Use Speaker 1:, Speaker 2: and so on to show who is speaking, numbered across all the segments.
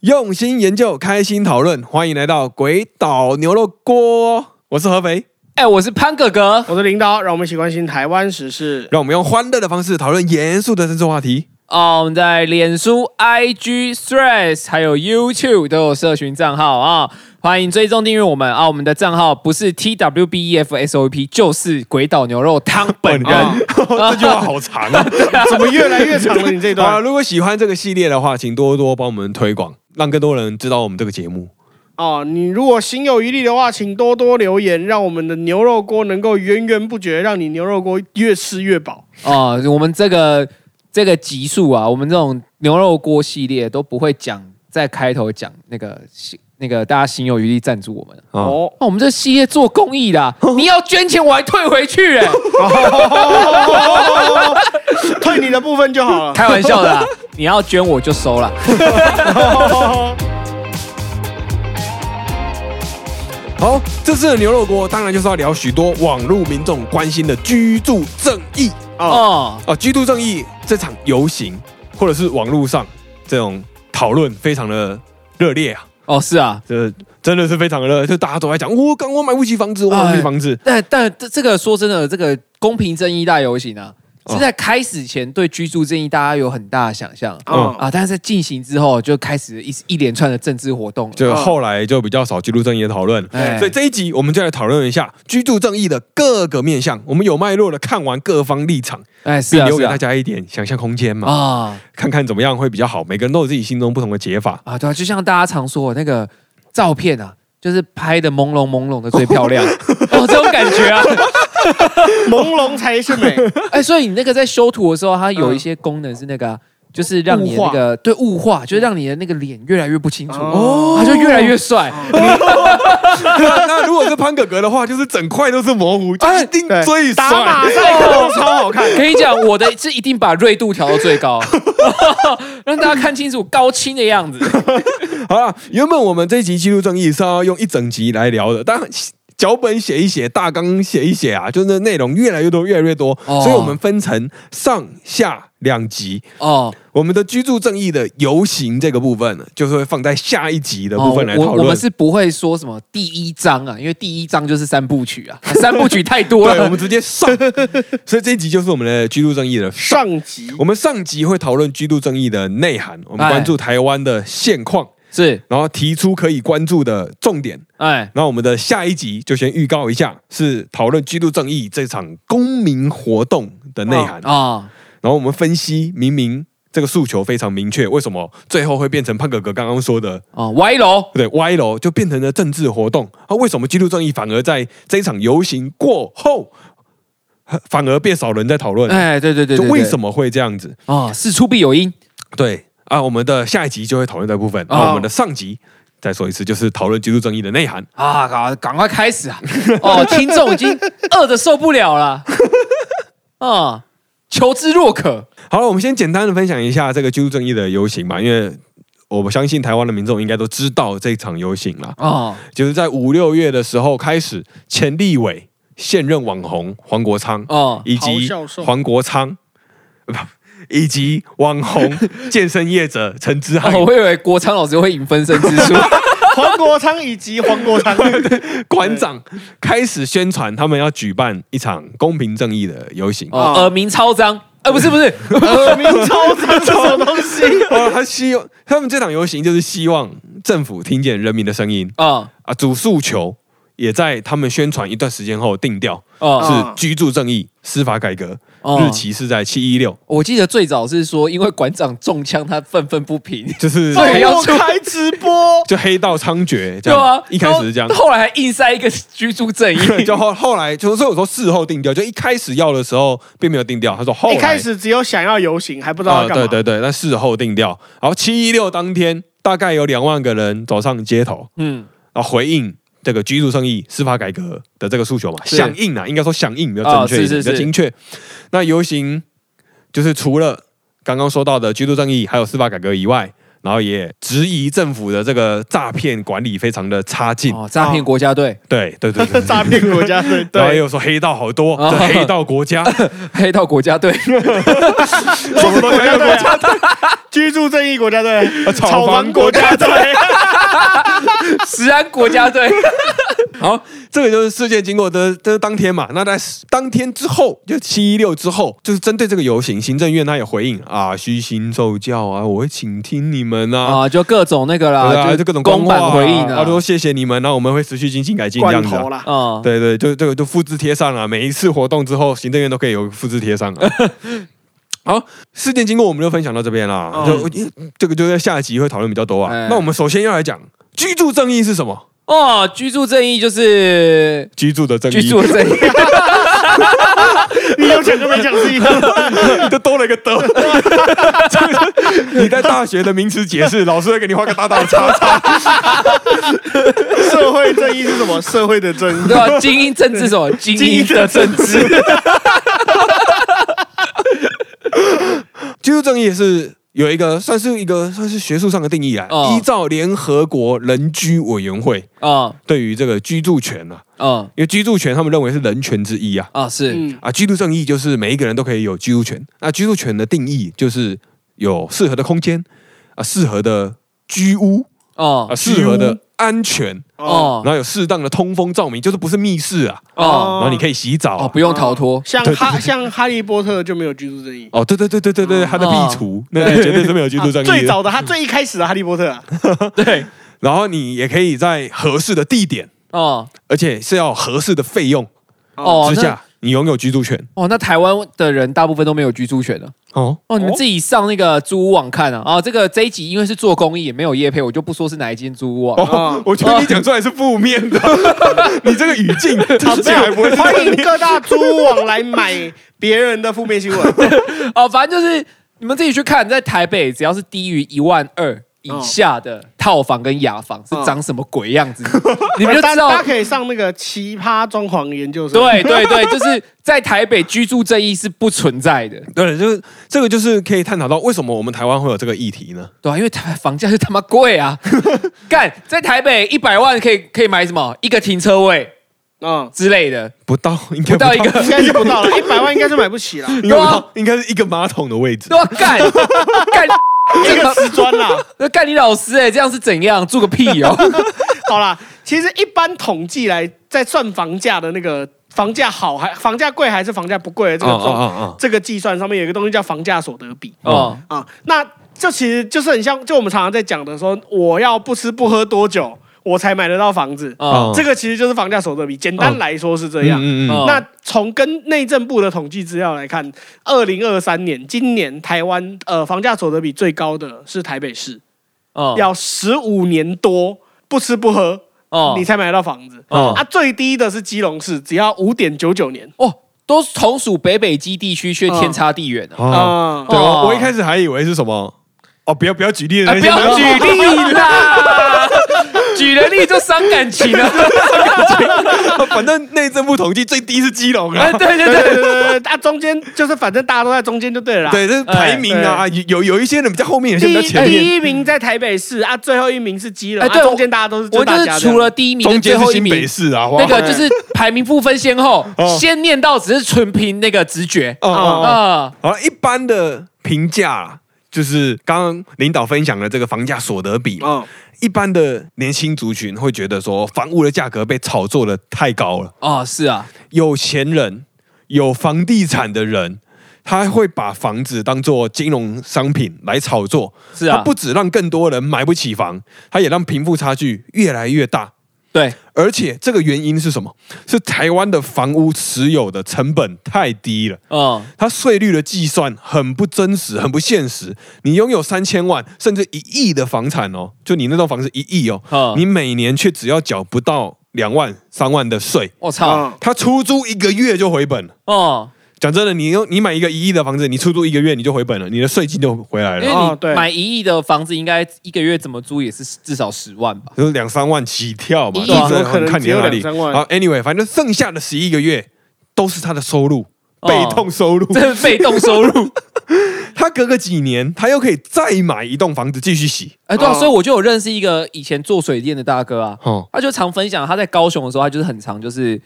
Speaker 1: 用心研究，开心讨论，欢迎来到鬼岛牛肉锅。我是合肥，
Speaker 2: 哎、我是潘哥哥，
Speaker 3: 我是林导，让我们一起关心台湾时事。
Speaker 1: 让我们用欢乐的方式讨论严肃的政治话题。
Speaker 2: 哦，我们在脸书、IG、Threads 还有 YouTube 都有社群账号啊、欢迎追踪订阅我们啊、我们的账号不是 E TWBEFSOP，就是鬼岛牛肉汤本人。
Speaker 3: 啊
Speaker 1: 哦 这句话好长啊！
Speaker 3: 怎么越来越长了？你这一
Speaker 1: 好了，
Speaker 3: 段
Speaker 1: 如果喜欢这个系列的话，请多多帮我们推广，让更多人知道我们这个节目。
Speaker 3: 哦，你如果心有余力的话，请多多留言，让我们的牛肉锅能够源源不绝，让你牛肉锅越吃越饱。
Speaker 2: 哦、我们这个这个集数啊，我们这种牛肉锅系列都不会讲，在开头讲那个那个大家心有余力赞助我们。
Speaker 1: 啊
Speaker 3: 哦，
Speaker 2: 哦，我们这系列做公益的啊、你要捐钱我还退回去哎、
Speaker 3: 退你的部分就 好了。
Speaker 2: 开玩笑的啦，你要捐我就收了。
Speaker 1: 好，这次的牛肉锅当然就是要聊许多网络民众关心的居住正义
Speaker 3: 哦，
Speaker 2: 哦，
Speaker 1: 啊，居住正义这场游行或者是网络上这种讨论非常的热烈啊，
Speaker 2: 哦，是啊，
Speaker 1: 这真的是非常的热烈，就大家都在讲，我刚我买不起房子，我
Speaker 2: 哎
Speaker 1: 买不起房子，
Speaker 2: 但但这这个说真的，这个公平正义大游行啊，
Speaker 1: 哦
Speaker 2: 是在开始前对居住正义大家有很大的想象
Speaker 3: 嗯
Speaker 2: 啊，但是在进行之后就开始一一连串的政治活动了。
Speaker 1: 就后来就比较少居住正义的讨论。
Speaker 2: 哦哎
Speaker 1: 所以这一集我们就来讨论一下居住正义的各个面向，我们有脉络的看完各方立场，
Speaker 2: 哎是
Speaker 1: 并
Speaker 2: 啊
Speaker 1: 留
Speaker 2: 是
Speaker 1: 给大
Speaker 2: 啊
Speaker 1: 家一点想象空间嘛，
Speaker 2: 啊
Speaker 1: 看看怎么样会比较好。每个人都有自己心中不同的解 法。
Speaker 2: 啊对啊，就像大家常说的那个照片啊，就是拍的朦胧朦胧的最 漂亮哦，这种感觉啊。
Speaker 3: 朦胧才是 美。
Speaker 2: 哎，所以你那个在修图的时候，它有
Speaker 1: 嗯
Speaker 2: 一些功能是那个啊、就是让你的那个对雾化，就是让你的那个脸越来越不清楚，
Speaker 3: 哦
Speaker 2: 它就越来越
Speaker 1: 哦
Speaker 2: 帅。
Speaker 1: 那如果是潘哥哥的话，就是整块都是模糊，
Speaker 2: 哎
Speaker 1: 就一定
Speaker 3: 对
Speaker 1: 最
Speaker 3: 打马
Speaker 1: 帅。
Speaker 3: 赛克超好看。
Speaker 2: 跟你讲，我的是一定把锐度调到最 高，让大家看清楚高清的样子。
Speaker 1: 好了，原本我们这一集记录正义是要用一整集来聊的，但脚本写一写，大纲写一写啊，就是内容越来越多，越来越多，
Speaker 2: 哦
Speaker 1: 所以我们分成上下两集。
Speaker 2: 哦，
Speaker 1: 我们的居住正义的游行这个部分，就是会放在下一集的
Speaker 2: 哦
Speaker 1: 部分来
Speaker 2: 我
Speaker 1: 讨
Speaker 2: 我
Speaker 1: 论。
Speaker 2: 们是不会说什么第一章啊，因为第一章就是三部曲啊，三部曲太多
Speaker 1: 对，我
Speaker 2: 了
Speaker 1: 们。直接上，所以这一集就是我们的居住正义的
Speaker 3: 上集
Speaker 1: 我们上集会讨论居住正义的内涵，我们
Speaker 2: 哎
Speaker 1: 关注台湾的现况，
Speaker 2: 是，
Speaker 1: 然后提出可以关注的重点。
Speaker 2: 哎，
Speaker 1: 那我们的下一集就先预告一下，是讨论居住正义这场公民活动的内涵。
Speaker 2: 哦，
Speaker 1: 然后我们分析，明明这个诉求非常明确，为什么最后会变成胖哥哥刚刚说的
Speaker 2: 哦，歪楼，
Speaker 1: 对歪楼，就变成了政治活动？啊，为什么居住正义反而在这一场游行过后，反而变少人在讨论？
Speaker 2: 哎，对对对
Speaker 1: 就
Speaker 2: 对，
Speaker 1: 为什
Speaker 2: 么？
Speaker 1: 么会这样子？
Speaker 2: 哦，事出必有因，
Speaker 1: 对啊，我们的下一集就会讨论这部分，那、
Speaker 2: 哦
Speaker 1: 我们的上集再说一次，就是讨论居住正义的内涵。
Speaker 2: 啊，赶赶快开始啊！哦，听众已经饿的受不了了， 啊，求知若渴，
Speaker 1: 好了，我们先简单的分享一下这个居住正义的游行吧，因为。我相信台湾的民众应该都知道这场游行啦，
Speaker 2: 哦，
Speaker 1: 就是在五六月的时候开始，前立委、现任网红黄国昌，
Speaker 2: 哦，
Speaker 1: 以及
Speaker 3: 咆哮兽
Speaker 1: 黄国昌， 不，以及网红健身业者陈之
Speaker 2: 哦，
Speaker 1: 汉
Speaker 2: 我以为国昌老师会引分身之术，
Speaker 3: 黄国昌以及黄国 昌，
Speaker 1: 馆长开始宣传他们要举办一场公平正义的游行。
Speaker 2: 哦，耳鸣超张，呃，不 是不是，
Speaker 3: 耳鸣呃超长这种东 西。
Speaker 1: 哦，他希望他们这场游行就是希望政府听见人民的声音
Speaker 2: 哦
Speaker 1: 啊，主诉求也在他们宣传一段时间后定调
Speaker 2: 哦，
Speaker 1: 是居住正义、司法改革，
Speaker 2: 哦
Speaker 1: 日期是在七一六，
Speaker 2: 我记得最早是说，因为馆长中枪，他愤愤不平，
Speaker 1: 就是
Speaker 2: 对
Speaker 3: 周
Speaker 2: 要
Speaker 3: 末
Speaker 2: 出
Speaker 3: 开直播，
Speaker 1: 就黑道猖獗这
Speaker 2: 对啊
Speaker 1: 样，，一开始是这样
Speaker 2: 然。后后来还硬塞一个居住 正义，
Speaker 1: 就后后来就是所以我说事后定调，就一开始要的时候并没有定调，他说后来
Speaker 3: 一开始只有想要游行，还不知道
Speaker 1: 啊、
Speaker 3: 要干嘛。
Speaker 1: 对对对，那事后定调。然后七一六当天大概有两万个人走上街头，
Speaker 2: 嗯，
Speaker 1: 啊，回应这个居住正义、司法改革的这个诉求嘛，
Speaker 2: 是
Speaker 1: 响应啊，应该说响应比较正
Speaker 3: 啊
Speaker 1: 确一点、
Speaker 2: 哦是是是
Speaker 1: 比较精确。那游行就是除了刚刚说到的居住正义还有司法改革以外，然后也质疑政府的这个诈骗管理非常的差劲。
Speaker 2: 哦，诈骗国 家队，
Speaker 1: 对对 对对对。
Speaker 3: 诈骗国家队，
Speaker 1: 然后也
Speaker 3: 对，
Speaker 1: 有说黑道好多，
Speaker 2: 哦
Speaker 1: 这黑道国家
Speaker 2: 黑道国家队，
Speaker 3: 什么国家队啊？居住正义 国家队，
Speaker 1: 草啊房国
Speaker 3: 家队，
Speaker 2: 食安国家队，
Speaker 1: 啊好，这个就是事件经过的，这是当天嘛。那在当天之后，就七一六之后，就是针对这个游行，行政院他也回应啊，虚心受教啊，我会倾听你们啊。
Speaker 2: 啊，就各种那个啦，
Speaker 1: 对啊，
Speaker 2: 就
Speaker 1: 就各种
Speaker 2: 公
Speaker 1: 话
Speaker 2: 版
Speaker 1: 啊
Speaker 2: 回应
Speaker 1: 他
Speaker 2: 啊，
Speaker 1: 说谢谢你们，那我们会持续精进改进这
Speaker 3: 罐
Speaker 1: 样子啊。
Speaker 3: 头啦。
Speaker 2: 嗯，
Speaker 1: 对对，就这个就复制贴上了。每一次活动之后，行政院都可以有复制贴上了。好，事件经过我们就分享到这边啦，
Speaker 3: 嗯
Speaker 1: 就因为这个就在下集会讨论比较多啊。
Speaker 2: 哎
Speaker 1: 那我们首先要来讲居住正义是什么？
Speaker 2: 哦，居住正义就是
Speaker 1: 居住的正义，
Speaker 2: 居住 正义，
Speaker 3: 你有讲跟没讲是一样的。
Speaker 1: 就多了一个的。你在大学的名词解释，老师会给你画个大大的叉 叉。
Speaker 3: 社会正义是什么？社会的正义
Speaker 2: 对。吧？精英政治是什么？精英的政治，
Speaker 1: 居住正义也是有一个算是一个算是学术上的定义啊，
Speaker 2: 哦
Speaker 1: 依照联合国人居委员会
Speaker 2: 嗯
Speaker 1: 对于这个居住权啊，
Speaker 2: 嗯
Speaker 1: 因为居住权他们认为是人权之一啊。
Speaker 2: 啊，是
Speaker 3: 嗯，
Speaker 1: 啊，居住正义就是每一个人都可以有居住权。那居住权的定义就是有适合的空间啊，适合的居屋
Speaker 2: 哦
Speaker 1: 啊，适合的安全，
Speaker 3: 哦
Speaker 1: 然后有适当的通风照明，就是不是密室啊，
Speaker 2: 哦
Speaker 1: 然后你可以洗澡
Speaker 2: 哦，
Speaker 1: 啊
Speaker 2: 不用逃脱，
Speaker 3: 像哈像哈利波特就没有居住正义。
Speaker 1: 哦，对对对对对对，他的
Speaker 2: 哦
Speaker 1: 壁橱那个绝对是没有居住正义
Speaker 3: 啊 最
Speaker 1: 的。
Speaker 3: 早的他最一开始的哈利波特啊，
Speaker 2: 对，
Speaker 1: 然后你也可以在合适的地点，
Speaker 2: 哦
Speaker 1: 而且是要有合适的费用
Speaker 2: 哦，
Speaker 1: 之
Speaker 2: 那
Speaker 1: 下，你拥有居住权。
Speaker 2: 哦，那台湾的人大部分都没有居住权的。
Speaker 1: 哦，
Speaker 2: 哦，你们
Speaker 3: 哦
Speaker 2: 自己上那个租屋网看啊！哦，这个这一集因为是做公益，也没有业配，我就不说是哪一间租屋网。
Speaker 1: 哦， 我觉得你讲出来是负面 的，你这个语境，这
Speaker 3: 没
Speaker 1: 这还不会
Speaker 3: 有，
Speaker 1: 是
Speaker 3: 欢迎各大租屋网来买别人的负面新 闻。
Speaker 2: 哦，反正就是你们自己去看，在台北只要是低于一万二以下的套房跟雅房是长什么鬼样 子，你们就
Speaker 3: 大
Speaker 2: 知
Speaker 3: 家嗯大
Speaker 2: 道
Speaker 3: 家。可以上那个奇葩装潢研 究生。
Speaker 2: 对对对，就是在台北居住正义是不存在的，
Speaker 1: 对，就是这个，就是可以探讨到为什么我们台湾会有这个议题呢？
Speaker 2: 对啊，因为台房价是他妈贵 啊！干，在台北一百万可以可以买什么一个停车位
Speaker 3: 嗯，
Speaker 2: 之类的，
Speaker 1: 不到， 应该
Speaker 2: 不到一个啊
Speaker 3: 应该是不到了，一百万应该是买不起了。
Speaker 1: 应该不到，应该是一个马桶的位置。
Speaker 2: 对啊， 干干
Speaker 3: 一个瓷砖啊啦。
Speaker 2: 那干你老师哎、欸，这样是怎样？住个屁哦！
Speaker 3: 好啦，其实一般统计来在算房价的那个房价好还房价贵还是房价不贵的这个状
Speaker 1: 哦
Speaker 3: 这个计算上面有一个东西叫房价所得比
Speaker 2: 哦，
Speaker 3: 啊，那这其实就是很像，就我们常常在讲的说，我要不吃不喝多久我才买得到房子，
Speaker 2: 哦，
Speaker 3: 这个其实就是房价所得比，简单来说是这样。
Speaker 1: 啊嗯
Speaker 2: 嗯
Speaker 3: 那从跟内政部的统计资料来看，二零二三年今年台湾呃房价所得比最高的是台北市，
Speaker 2: 哦，
Speaker 3: 要十五年多不吃不喝
Speaker 2: 哦
Speaker 3: 你才买得到房子。
Speaker 1: 哦
Speaker 3: 啊，最低的是基隆市，只要五点九九年
Speaker 2: 哦，都是同属北北基地区，却天差地远啊！
Speaker 1: 哦，
Speaker 3: 啊。
Speaker 1: 对，我我一开始还以为是什么哦，不要不要举例
Speaker 2: 啊
Speaker 1: 了，
Speaker 2: 不要举例啦， 举了例就伤感情啊了。
Speaker 1: 反正内政部统计最低是基隆
Speaker 2: 哎，
Speaker 1: 啊，
Speaker 2: 对对
Speaker 3: 对
Speaker 2: 对，
Speaker 3: 对对对对，啊，中间就是反正大家都在中间就对了啦。
Speaker 1: 对，
Speaker 2: 哎
Speaker 1: 这是排名啊，有有有一些人比较后面，有些
Speaker 3: 第
Speaker 1: 比较
Speaker 3: 一
Speaker 1: 前面，
Speaker 3: 第一名在台北市啊，最后一名是基隆，
Speaker 2: 哎对
Speaker 3: 啊，中间大家都是就
Speaker 2: 我就
Speaker 3: 大
Speaker 2: 是
Speaker 3: 家这样
Speaker 2: 除了第一名
Speaker 1: 中
Speaker 2: 跟最
Speaker 1: 间是
Speaker 2: 后一
Speaker 1: 新北
Speaker 2: 名，
Speaker 1: 市啊，
Speaker 2: 那个就是排名不分先后，先念到只是纯凭那个直觉
Speaker 1: 哦哦，
Speaker 2: 啊。
Speaker 1: 好，一般的评价就是刚刚领导分享的这个房价所得比嘛，
Speaker 2: 哦
Speaker 3: 嗯
Speaker 1: 一般的年轻族群会觉得说，房屋的价格被炒作的太高了。
Speaker 2: 哦，是啊，
Speaker 1: 有钱人、有房地产的人，他会把房子当做金融商品来炒作。
Speaker 2: 是啊
Speaker 1: 他不止让更多人买不起房，他也让贫富差距越来越大。
Speaker 2: 对，
Speaker 1: 而且这个原因是什么？是台湾的房屋持有的成本太低了。
Speaker 2: 嗯，
Speaker 1: 它税率的计算很不真实，很不现实。你拥有三千万甚至一亿的房产哦，就你那栋房是一亿
Speaker 2: 嗯
Speaker 1: 哦，你每年却只要缴不到两万、三万的税，
Speaker 2: 我操，
Speaker 1: 他出租一个月就回本了。
Speaker 2: 哦，
Speaker 1: 讲真的，你用你买一个一亿的房子，你出租一个月你就回本了，你的税金就回来
Speaker 2: 因
Speaker 1: 了，
Speaker 2: 为
Speaker 3: 哦
Speaker 2: 你
Speaker 3: 对
Speaker 2: 买一亿的房子，应该一个月怎么租也是至少十万吧？
Speaker 1: 就是两三万起跳嘛，
Speaker 2: 一亿
Speaker 1: 就是
Speaker 3: 怎么可能
Speaker 1: 看你
Speaker 3: 只有
Speaker 1: 哪里。
Speaker 3: 两三万
Speaker 1: 好，anyway，反正剩下的十一个月都是他的收入，
Speaker 2: 哦
Speaker 1: 被动收 入。
Speaker 2: 这是被动收入。
Speaker 1: 他隔个几年，他又可以再买一栋房子继续洗。
Speaker 2: 哎，对啊，
Speaker 3: 哦
Speaker 2: 所以我就有认识一个以前做水电的大哥啊，
Speaker 1: 哦，
Speaker 2: 他就常分享他在高雄的时候，他就是很常就是，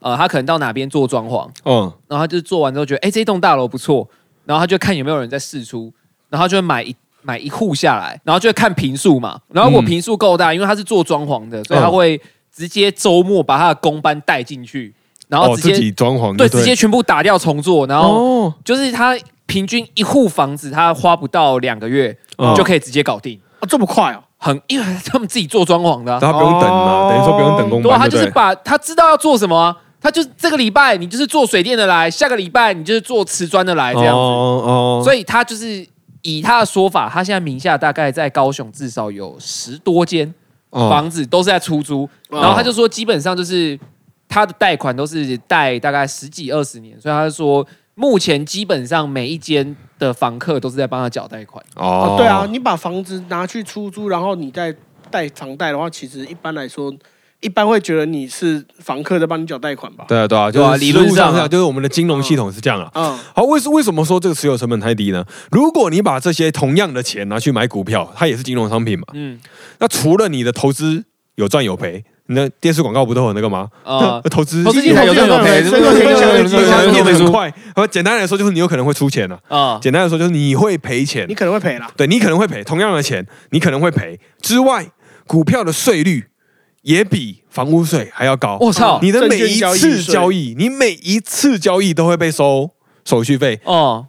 Speaker 2: 呃，他可能到哪边做装潢，
Speaker 1: 嗯，
Speaker 2: 然后他就是做完之后觉得，哎，这栋大楼不错，然后他就看有没有人在试出，然后他就会买一买一户下来，然后就会看平数嘛。然后我平数够大，因为他是做装潢的，所以他会直接周末把他的工班带进去，然后
Speaker 1: 哦，
Speaker 2: 直
Speaker 1: 自
Speaker 2: 接、
Speaker 1: 己装潢
Speaker 2: 对
Speaker 1: 就对
Speaker 2: 直接全部打掉重做，然后
Speaker 1: 哦，
Speaker 2: 就是他平均一户房子他花不到两个月、
Speaker 1: 哦
Speaker 2: 就可以直接搞定，
Speaker 3: 啊这么快哦，
Speaker 2: 很因为他们自己做装潢的啊、
Speaker 1: 他不用等嘛，
Speaker 3: 哦
Speaker 1: 等于说不用等工
Speaker 2: 对啊，他
Speaker 1: 班，
Speaker 2: 就
Speaker 1: 对
Speaker 2: 是
Speaker 1: 不对？
Speaker 2: 把他知道要做什么啊、他就是这个礼拜你就是做水电的来，下个礼拜你就是做瓷砖的来这样子。
Speaker 1: 哦
Speaker 2: 所以他就是以他的说法，他现在名下大概在高雄至少有十多间
Speaker 1: 哦
Speaker 2: 房子都是在出租，
Speaker 3: 哦
Speaker 2: 然后他就说基本上就是他的贷款都是贷大概十几二十年，所以他就说目前基本上每一间的房客都是在帮他缴贷款。
Speaker 1: 哦
Speaker 3: 啊，对啊，，你把房子拿去出租，然后你再贷房贷的话，其实一般来说，一般会觉得你是房客在帮你缴贷款吧？
Speaker 1: 对啊，对啊，就
Speaker 2: 对啊
Speaker 1: 是
Speaker 2: 理
Speaker 1: 理
Speaker 2: 论
Speaker 1: 论
Speaker 2: 上啊
Speaker 1: 上啊，就是我们的金融系统是这样啊。
Speaker 3: 嗯，
Speaker 1: 好，为什为什么说这个持有成本太低呢？如果你把这些同样的钱拿去买股票，它也是金融商品嘛。
Speaker 2: 嗯，
Speaker 1: 那除了你的投资有赚有赔，那电视广告不都有那个吗？
Speaker 2: 啊
Speaker 1: 投资
Speaker 2: 投资
Speaker 3: 金
Speaker 2: 有赚有赔，
Speaker 3: 投资金有赚有赔
Speaker 1: 你
Speaker 3: 金有
Speaker 1: 想
Speaker 3: 赚
Speaker 1: 要
Speaker 3: 有
Speaker 1: 念
Speaker 3: 赔
Speaker 1: 得很快，呃，简单来说就是你有可能会出钱啊。
Speaker 2: 啊，
Speaker 1: 简单来说就是你会赔钱
Speaker 3: 你，可能会赔啦。
Speaker 1: 对你可能会赔同样的钱，你可能会赔。之外，股票的税率也比房屋税还要高。
Speaker 2: 我操，
Speaker 1: 你的每
Speaker 3: 证券
Speaker 1: 一
Speaker 3: 交易
Speaker 1: 次
Speaker 3: 税
Speaker 1: 交易，你每一次交易都会被收手续费。
Speaker 2: 哦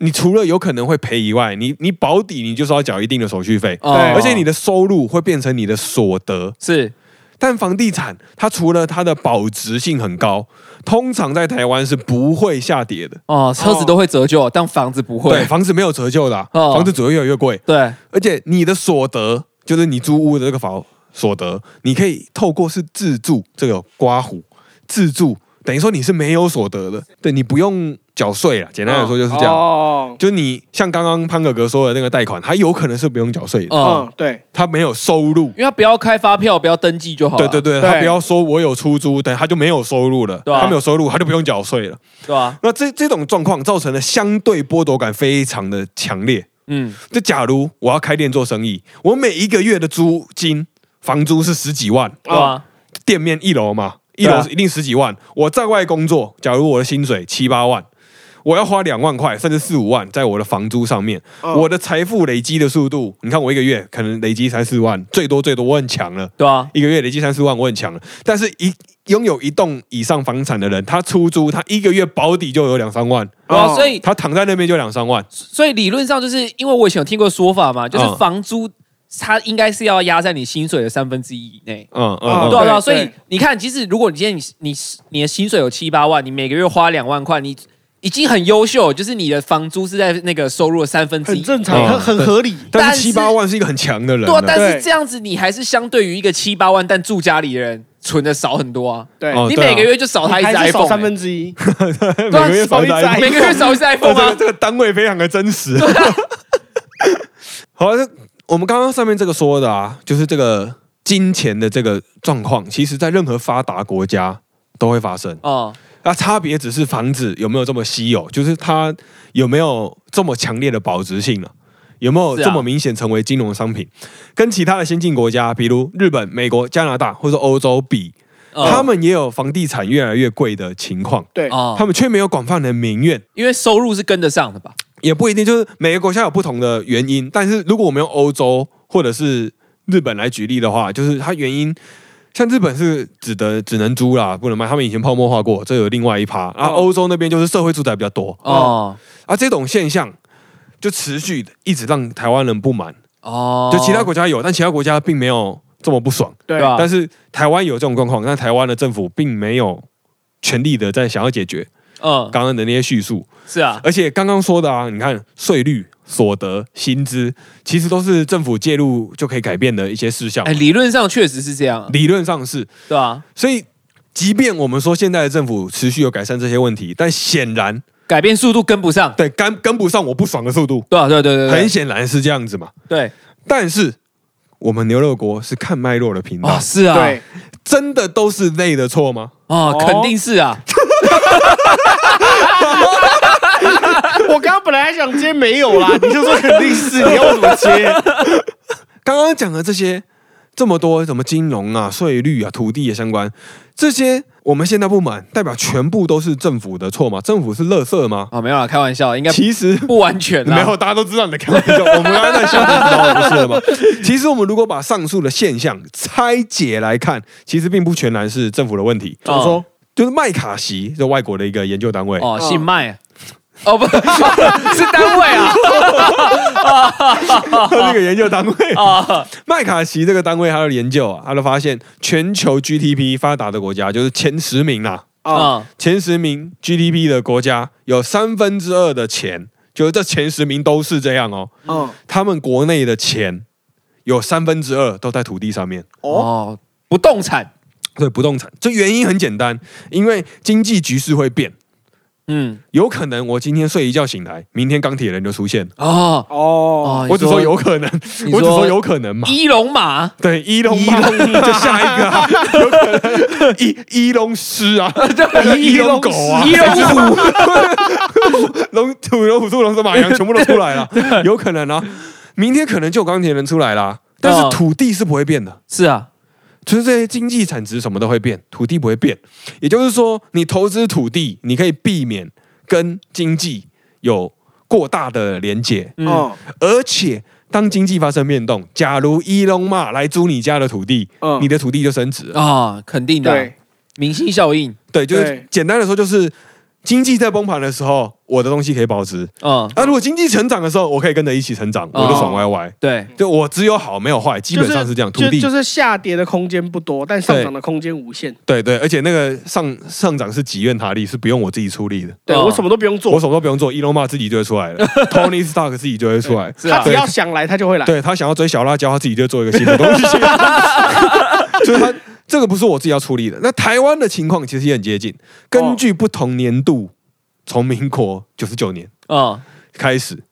Speaker 1: 你除了有可能会赔以外，你你保底你就是要缴一定的手续费，
Speaker 2: 哦，
Speaker 3: 对
Speaker 1: 而且你的收入会变成你的所得。
Speaker 2: 是
Speaker 1: 但房地产它除了它的保值性很高，通常在台湾是不会下跌的。
Speaker 2: 哦，车子都会折旧，但房子不
Speaker 1: 对，
Speaker 2: 会。
Speaker 1: 房子没有折旧的啊、
Speaker 2: 哦
Speaker 1: 房子只会越来越贵。
Speaker 2: 对，
Speaker 1: 而且你的所得就是你租屋的这个房所得，你可以透过是自住这个刮胡自住，等于说你是没有所得的，对你不用缴税啊了。简单来说就是这样。
Speaker 3: 哦，
Speaker 1: 就你像刚刚潘哥哥说的那个贷款，他有可能是不用缴税的，
Speaker 2: 嗯，
Speaker 3: 嗯，对，
Speaker 1: 他没有收入。
Speaker 2: 因为他不要开发票，不要登记就好了。
Speaker 1: 对对对，
Speaker 3: 对
Speaker 1: 他不要说我有出租，等他就没有收入了，
Speaker 2: 对啊
Speaker 1: 他没有收入，他就不用缴税了。
Speaker 2: 对吧？
Speaker 1: 那这这种状况造成了相对剥夺感非常的强烈。
Speaker 2: 嗯，
Speaker 1: 就假如我要开店做生意，我每一个月的租金房租是十几万，
Speaker 2: 对啊吧？
Speaker 1: 店面一楼嘛，一
Speaker 2: 对啊
Speaker 1: 楼一定十几万。我在外工作，假如我的薪水七八万，我要花两万块甚至四五万在我的房租上面，
Speaker 3: 嗯
Speaker 2: 哦
Speaker 1: 我的财富累积的速度，你看我一个月可能累积三四万，最多最多我很强了。
Speaker 2: 对啊，
Speaker 1: 一个月累积三四万，我很强了。但是一拥有一栋以上房产的人，他出租，他一个月保底就有两三万，
Speaker 2: 对啊，
Speaker 3: 哦
Speaker 2: 所以
Speaker 1: 他躺在那边就两三万。
Speaker 2: 所以理论上就是因为我以前有听过说法嘛，就是
Speaker 1: 嗯
Speaker 2: 房租它应该是要压在你薪水的三分之一以内。
Speaker 1: 嗯
Speaker 3: 哦
Speaker 1: 嗯
Speaker 2: 对啊
Speaker 1: 嗯，
Speaker 2: 对啊，
Speaker 3: 对
Speaker 2: 所以
Speaker 3: 对
Speaker 2: 你看，即使如果你今天你你你的薪水有七八万，你每个月花两万块，你已经很优秀，就是你的房租是在那个收入的三分之
Speaker 3: 很
Speaker 2: 一。
Speaker 3: 正常，
Speaker 1: 嗯
Speaker 3: 很很合理。
Speaker 1: 但
Speaker 2: 但
Speaker 1: 是
Speaker 2: 是
Speaker 1: 七八万是一个很强的人
Speaker 2: 对啊
Speaker 1: 了。，
Speaker 2: 但是
Speaker 3: 对
Speaker 2: 这样子你还是相对于一个七八万但住家里的人存的少很多啊。
Speaker 3: 对，
Speaker 1: 哦
Speaker 2: 你
Speaker 1: 对啊
Speaker 2: 每个月就少他一只
Speaker 3: 还是
Speaker 2: iPhone，
Speaker 3: 嗯少
Speaker 2: 欸
Speaker 3: 三分之一。
Speaker 1: 每
Speaker 2: 对啊
Speaker 1: 个月房
Speaker 3: 少
Speaker 1: 贷
Speaker 3: 一张
Speaker 2: 每个月少一只
Speaker 1: 哦
Speaker 2: iPhone 啊
Speaker 1: 这
Speaker 2: 吗
Speaker 1: 个？这个单位非常的真实。 好，那我们刚刚上面这个说的啊，就是这个金钱的这个状况，其实在任何发达国家都会发生。
Speaker 2: 哦，
Speaker 1: 那差别只是房子有没有这么稀有，就是它有没有这么强烈的保值性啊？有没有
Speaker 2: 是啊
Speaker 1: 这么明显成为金融商品？跟其他的先进国家，比如日本、美国、加拿大或者欧洲比，
Speaker 2: 哦
Speaker 1: 他们也有房地产越来越贵的情况，
Speaker 3: 对，
Speaker 2: 哦，
Speaker 1: 他们却没有广泛的民怨。
Speaker 2: 因为收入是跟得上的吧？
Speaker 1: 也不一定，就是每个国家有不同的原因。但是如果我们用欧洲或者是日本来举例的话，就是它原因，像日本是只得只能租啦，不能卖。他们以前泡沫化过，这有另外一趴。啊，
Speaker 3: 哦
Speaker 1: 欧洲那边就是社会住宅比较多
Speaker 2: 哦
Speaker 1: 啊，这种现象就持续的一直让台湾人不满。
Speaker 2: 哦，
Speaker 1: 就其他国家有，但其他国家并没有这么不爽。
Speaker 3: 对
Speaker 2: 对啊
Speaker 1: 但是台湾有这种状况，但台湾的政府并没有全力的在想要解决
Speaker 2: 嗯
Speaker 1: 刚刚的那些叙述。
Speaker 2: 是啊，
Speaker 1: 而且刚刚说的啊，你看税率、所得、薪资，其实都是政府介入就可以改变的一些事项
Speaker 2: 哎，，理论上确实是这样，啊
Speaker 1: 理论上是。
Speaker 2: 对吧？
Speaker 1: 所以，即便我们说现在的政府持续有改善这些问题，但显然
Speaker 2: 改变速度跟不上，
Speaker 1: 对跟跟不上我不爽的速度，
Speaker 2: 对啊，对对对，对
Speaker 1: 很显然是这样子嘛。
Speaker 2: 对
Speaker 1: 但是。我们牛肉国是看脉络的频道，
Speaker 2: 啊，是啊，
Speaker 3: 对，
Speaker 1: 真的都是累的错吗？
Speaker 2: 哦，
Speaker 3: 哦
Speaker 2: 肯定是啊，
Speaker 3: 我刚刚本来还想接没有啦，你就说肯定是，你要我怎么接？
Speaker 1: 刚刚讲的这些，这么多什么金融啊、税率啊、土地的相关这些，我们现在不满，代表全部都是政府的错吗？政府是垃圾吗？
Speaker 2: 哦，没有啦，开玩笑，应该
Speaker 1: 其实啊
Speaker 2: 不完全啦。
Speaker 1: 哎没有，大家都知道你在开玩笑。我们刚刚在笑，你知道我不是 了吗？其实我们如果把上述的现象拆解来看，其实并不全然是政府的问题。
Speaker 3: 怎么说？
Speaker 1: 哦就是麦卡锡，这外国的一个研究单位，
Speaker 2: 哦，
Speaker 3: 嗯
Speaker 2: 姓麦啊。哦不， 是单位啊！
Speaker 1: 那个研究单位，
Speaker 2: 啊，
Speaker 3: 哦
Speaker 1: 麦卡锡这个单位，他的研究啊，他就发现全球 GDP 发达的国家，就是前十名啦、
Speaker 3: 啊，
Speaker 2: 嗯
Speaker 1: 前十名 GDP 的国家有三分之二的钱，就是这前十名都是这样哦，
Speaker 3: 嗯，
Speaker 1: 他们国内的钱有三分之二都在土地上面。
Speaker 3: 哦，
Speaker 2: 哦，不动产，
Speaker 1: 对不动产，这原因很简单，因为经济局势会变，
Speaker 2: 嗯，
Speaker 1: 有可能我今天睡一觉醒来，明天钢铁人就出现了。
Speaker 2: 哦
Speaker 3: 哦，
Speaker 2: 哦，
Speaker 1: 我只
Speaker 2: 你
Speaker 1: 说有可能，
Speaker 2: 你
Speaker 1: 我只说
Speaker 2: 说
Speaker 1: 有可能嘛。
Speaker 2: 伊隆马，
Speaker 1: 对，伊隆马就下一个、啊， 有可能伊伊隆狮啊，伊隆狗 啊，
Speaker 2: 伊隆虎，
Speaker 1: 龙土龙虎兔龙蛇马羊全部都出来了，有可能啊。明天可能就有钢铁人出来啦，但是
Speaker 2: 嗯
Speaker 1: 土地是不会变的。
Speaker 2: 是啊，
Speaker 1: 就是这些经济产值什么都会变，土地不会变。也就是说，你投资土地，你可以避免跟经济有过大的连接。
Speaker 2: 嗯，
Speaker 3: 嗯，
Speaker 1: 而且，当经济发生变动，假如伊隆马来租你家的土地，
Speaker 3: 嗯
Speaker 1: 你的土地就升值了。
Speaker 2: 啊，肯定的啊
Speaker 3: 对，，
Speaker 2: 明星效应，
Speaker 1: 对，就是
Speaker 3: 对
Speaker 1: 简单的说，就是经济在崩盘的时候，我的东西可以保值；
Speaker 2: 嗯，
Speaker 1: 那、如果经济成长的时候，我可以跟着一起成长，
Speaker 3: 哦
Speaker 1: 我就爽歪歪。
Speaker 2: 对，
Speaker 1: 对我只有好没有坏，基本上是这样。土地
Speaker 3: 就就是下跌的空间不多，但上涨的空间无限。
Speaker 1: 对对，而且那个上上涨是己愿他力，是不用我自己出力的。
Speaker 3: 对
Speaker 2: 哦
Speaker 3: 我什么都不用
Speaker 1: 我
Speaker 3: 做，
Speaker 1: 什么都不用做，伊隆马自己就会出来 了，Tony Stark 自己就会出来。
Speaker 2: 是啊
Speaker 3: 他只要想来，他就会来。
Speaker 1: 对他想要追小辣椒，他自己就做一个新的东 西。所以他这个不是我自己要处理的。那台湾的情况其实也很接近，根据不同年度，从民国九十九年
Speaker 2: 嗯，
Speaker 1: 开始，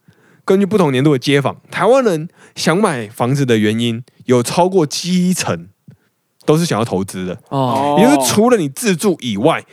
Speaker 1: 根据不同年度的街访，台湾人想买房子的原因有超过七成都是想要投资的。
Speaker 2: 哦，
Speaker 1: 也就是除了你自住以外，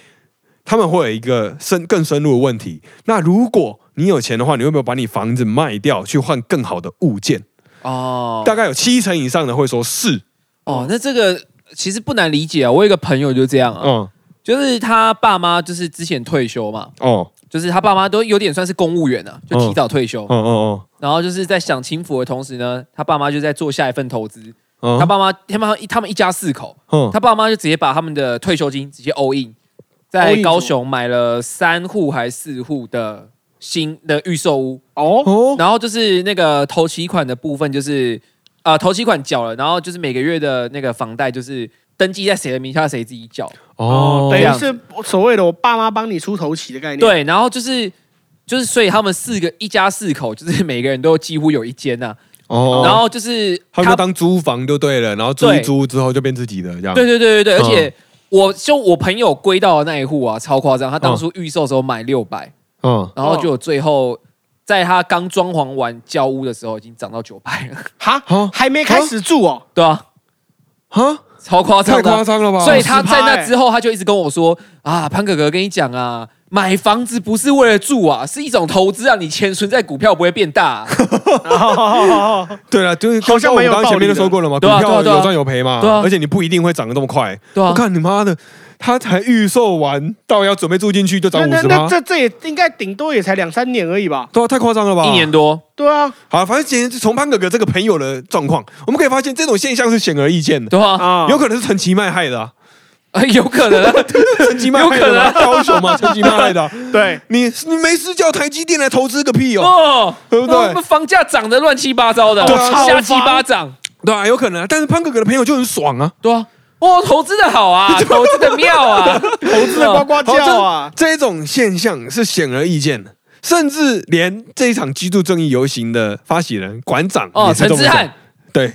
Speaker 1: 他们会有一个深更深入的问题。那如果你有钱的话，你会不会把你房子卖掉去换更好的物件？
Speaker 2: 哦，
Speaker 1: 大概有七成以上的会说是，
Speaker 2: 哦，那这个其实不难理解啊。我有一个朋友就这样啊，
Speaker 1: 嗯，
Speaker 2: 就是他爸妈就是之前退休嘛，
Speaker 1: 哦，
Speaker 2: 就是他爸妈都有点算是公务员啊，就提早退休
Speaker 1: 哦，哦
Speaker 2: 然后就是在享清福的同时呢，他爸妈就在做下一份投资。
Speaker 1: 哦，
Speaker 2: 他爸妈他们他们一家四口，
Speaker 1: 嗯，
Speaker 2: 他爸妈就直接把他们的退休金直接 all in，在
Speaker 3: all in
Speaker 2: 高雄买了三户还四户的新的预售屋，
Speaker 3: 哦，
Speaker 1: 哦，
Speaker 2: 然后就是那个头期款的部分，就是呃头期款缴了，然后就是每个月的那个房贷就是登记在谁的名下，谁自己缴。
Speaker 1: 哦，
Speaker 3: 等
Speaker 2: 这
Speaker 3: 于
Speaker 2: 样
Speaker 3: 是所谓的我爸妈帮你出头期的概念。，
Speaker 2: 对，然后就是就是所以他们四个一家四口，就是每个人都几乎有一间呐、
Speaker 1: 哦，
Speaker 2: 然后就是
Speaker 1: 他们就当租房就对了，然后租一租之后就变自己的这样，
Speaker 2: 对对对对
Speaker 1: 嗯
Speaker 2: 对，而且。我就我朋友归到的那一户啊，超夸张！他当初预售的时候买六百、
Speaker 1: 嗯，
Speaker 2: 然后就有最后在他刚装潢完交屋的时候，已经涨到九百了。
Speaker 3: 哈
Speaker 1: 哦，
Speaker 3: 还没开始住哦，
Speaker 2: 对啊，
Speaker 1: 哈，
Speaker 2: 超夸张
Speaker 1: 啊太
Speaker 2: 的啊
Speaker 1: 夸。张了吧？
Speaker 2: 所以他在
Speaker 3: 10%
Speaker 2: 那
Speaker 3: 欸
Speaker 2: 之后，他就一直跟我说啊，潘哥哥跟你讲啊，买房子不是为了住啊，是一种投资啊，你钱存在股票不会变大啊、
Speaker 3: 哦
Speaker 1: 对了，就是
Speaker 3: 好像
Speaker 1: 我们
Speaker 3: 蛮有
Speaker 1: 刚刚前面
Speaker 3: 道
Speaker 1: 都
Speaker 3: 理的
Speaker 1: 说过了嘛，股
Speaker 2: 对啊对
Speaker 1: 票
Speaker 2: 啊对啊
Speaker 1: 有赚有赔嘛
Speaker 2: 对啊，
Speaker 1: 而且你不一定会涨得这么快。
Speaker 2: 对啊
Speaker 1: 我看你妈的，他才预售完，到要准备住进去就涨
Speaker 3: 那
Speaker 1: 五
Speaker 3: 那
Speaker 1: 十
Speaker 3: 那
Speaker 1: 吗？
Speaker 3: 这这也应该顶多也才两三年而已吧？
Speaker 1: 对啊，太夸张了吧？
Speaker 2: 一年多，
Speaker 3: 对啊，
Speaker 1: 好，反正今天从潘哥哥这个朋友的状况，我们可以发现这种现象是显而易见的，
Speaker 2: 对啊，
Speaker 3: 啊，
Speaker 1: 有可能是陈其迈害的、啊，
Speaker 2: 有可能 啊，
Speaker 1: 陈其迈害的吗？高雄 嘛，陈其迈害的啊、
Speaker 3: 对，
Speaker 1: 你你没事叫台积电来投资个屁哦，
Speaker 2: 哦，
Speaker 1: 对不对
Speaker 2: 我们房价涨得乱七八糟的，
Speaker 1: 对啊
Speaker 2: 瞎七八涨，
Speaker 1: 对啊，有可能、啊，但是潘哥哥的朋友就很爽啊。
Speaker 2: 对啊，哦，投资的好 啊，投资的妙啊，投
Speaker 3: 真的呱呱叫啊，
Speaker 1: 这种现象是显而易见的，甚至连这一场极度正义游行的发起人馆长
Speaker 2: 哦，
Speaker 1: 也是
Speaker 2: 陈
Speaker 1: 这么
Speaker 2: 之
Speaker 1: 讲
Speaker 2: 汉，
Speaker 1: 对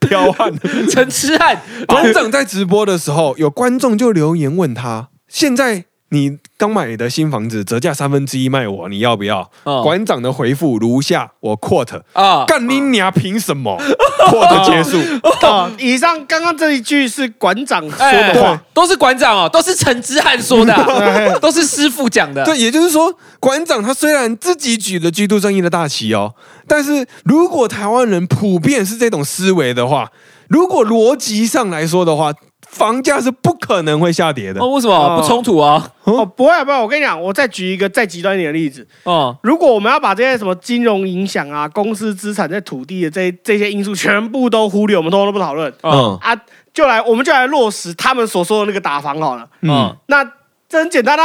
Speaker 1: 彪悍
Speaker 2: 陈之汉，
Speaker 1: 馆长在直播的时候，有观众就留言问他：现在你刚买的新房子折价三分之一卖我，你要不要？
Speaker 2: 哦
Speaker 1: 馆长的回复如下，我 quote。
Speaker 2: 啊，
Speaker 1: 干你娘！凭什么 ？quote 结束，
Speaker 3: 哦，以上刚刚这一句是馆长说
Speaker 2: 哎
Speaker 3: 的话，哎
Speaker 2: 都是馆长哦，都是陈之汉说的
Speaker 1: 哎
Speaker 2: 啊， 都是师傅讲的。
Speaker 1: 对，也就是说，馆长他虽然自己举了居住正义的大旗哦，但是如果台湾人普遍是这种思维的话，如果逻辑上来说的话，房价是不可能会下跌的
Speaker 2: 哦，。为什么
Speaker 3: 哦
Speaker 2: 不冲突啊？
Speaker 3: 哦，不会不会，我跟你讲，我再举一个再极端一点的例子，
Speaker 2: 哦，
Speaker 3: 如果我们要把这些什么金融影响啊、公司资产在土地的这这些因素全部都忽略，我们通通都不讨论
Speaker 1: 嗯
Speaker 3: 啊，就来我们就来落实他们所说的那个打房好了。
Speaker 1: 嗯
Speaker 2: 嗯，
Speaker 3: 那这很简单啊，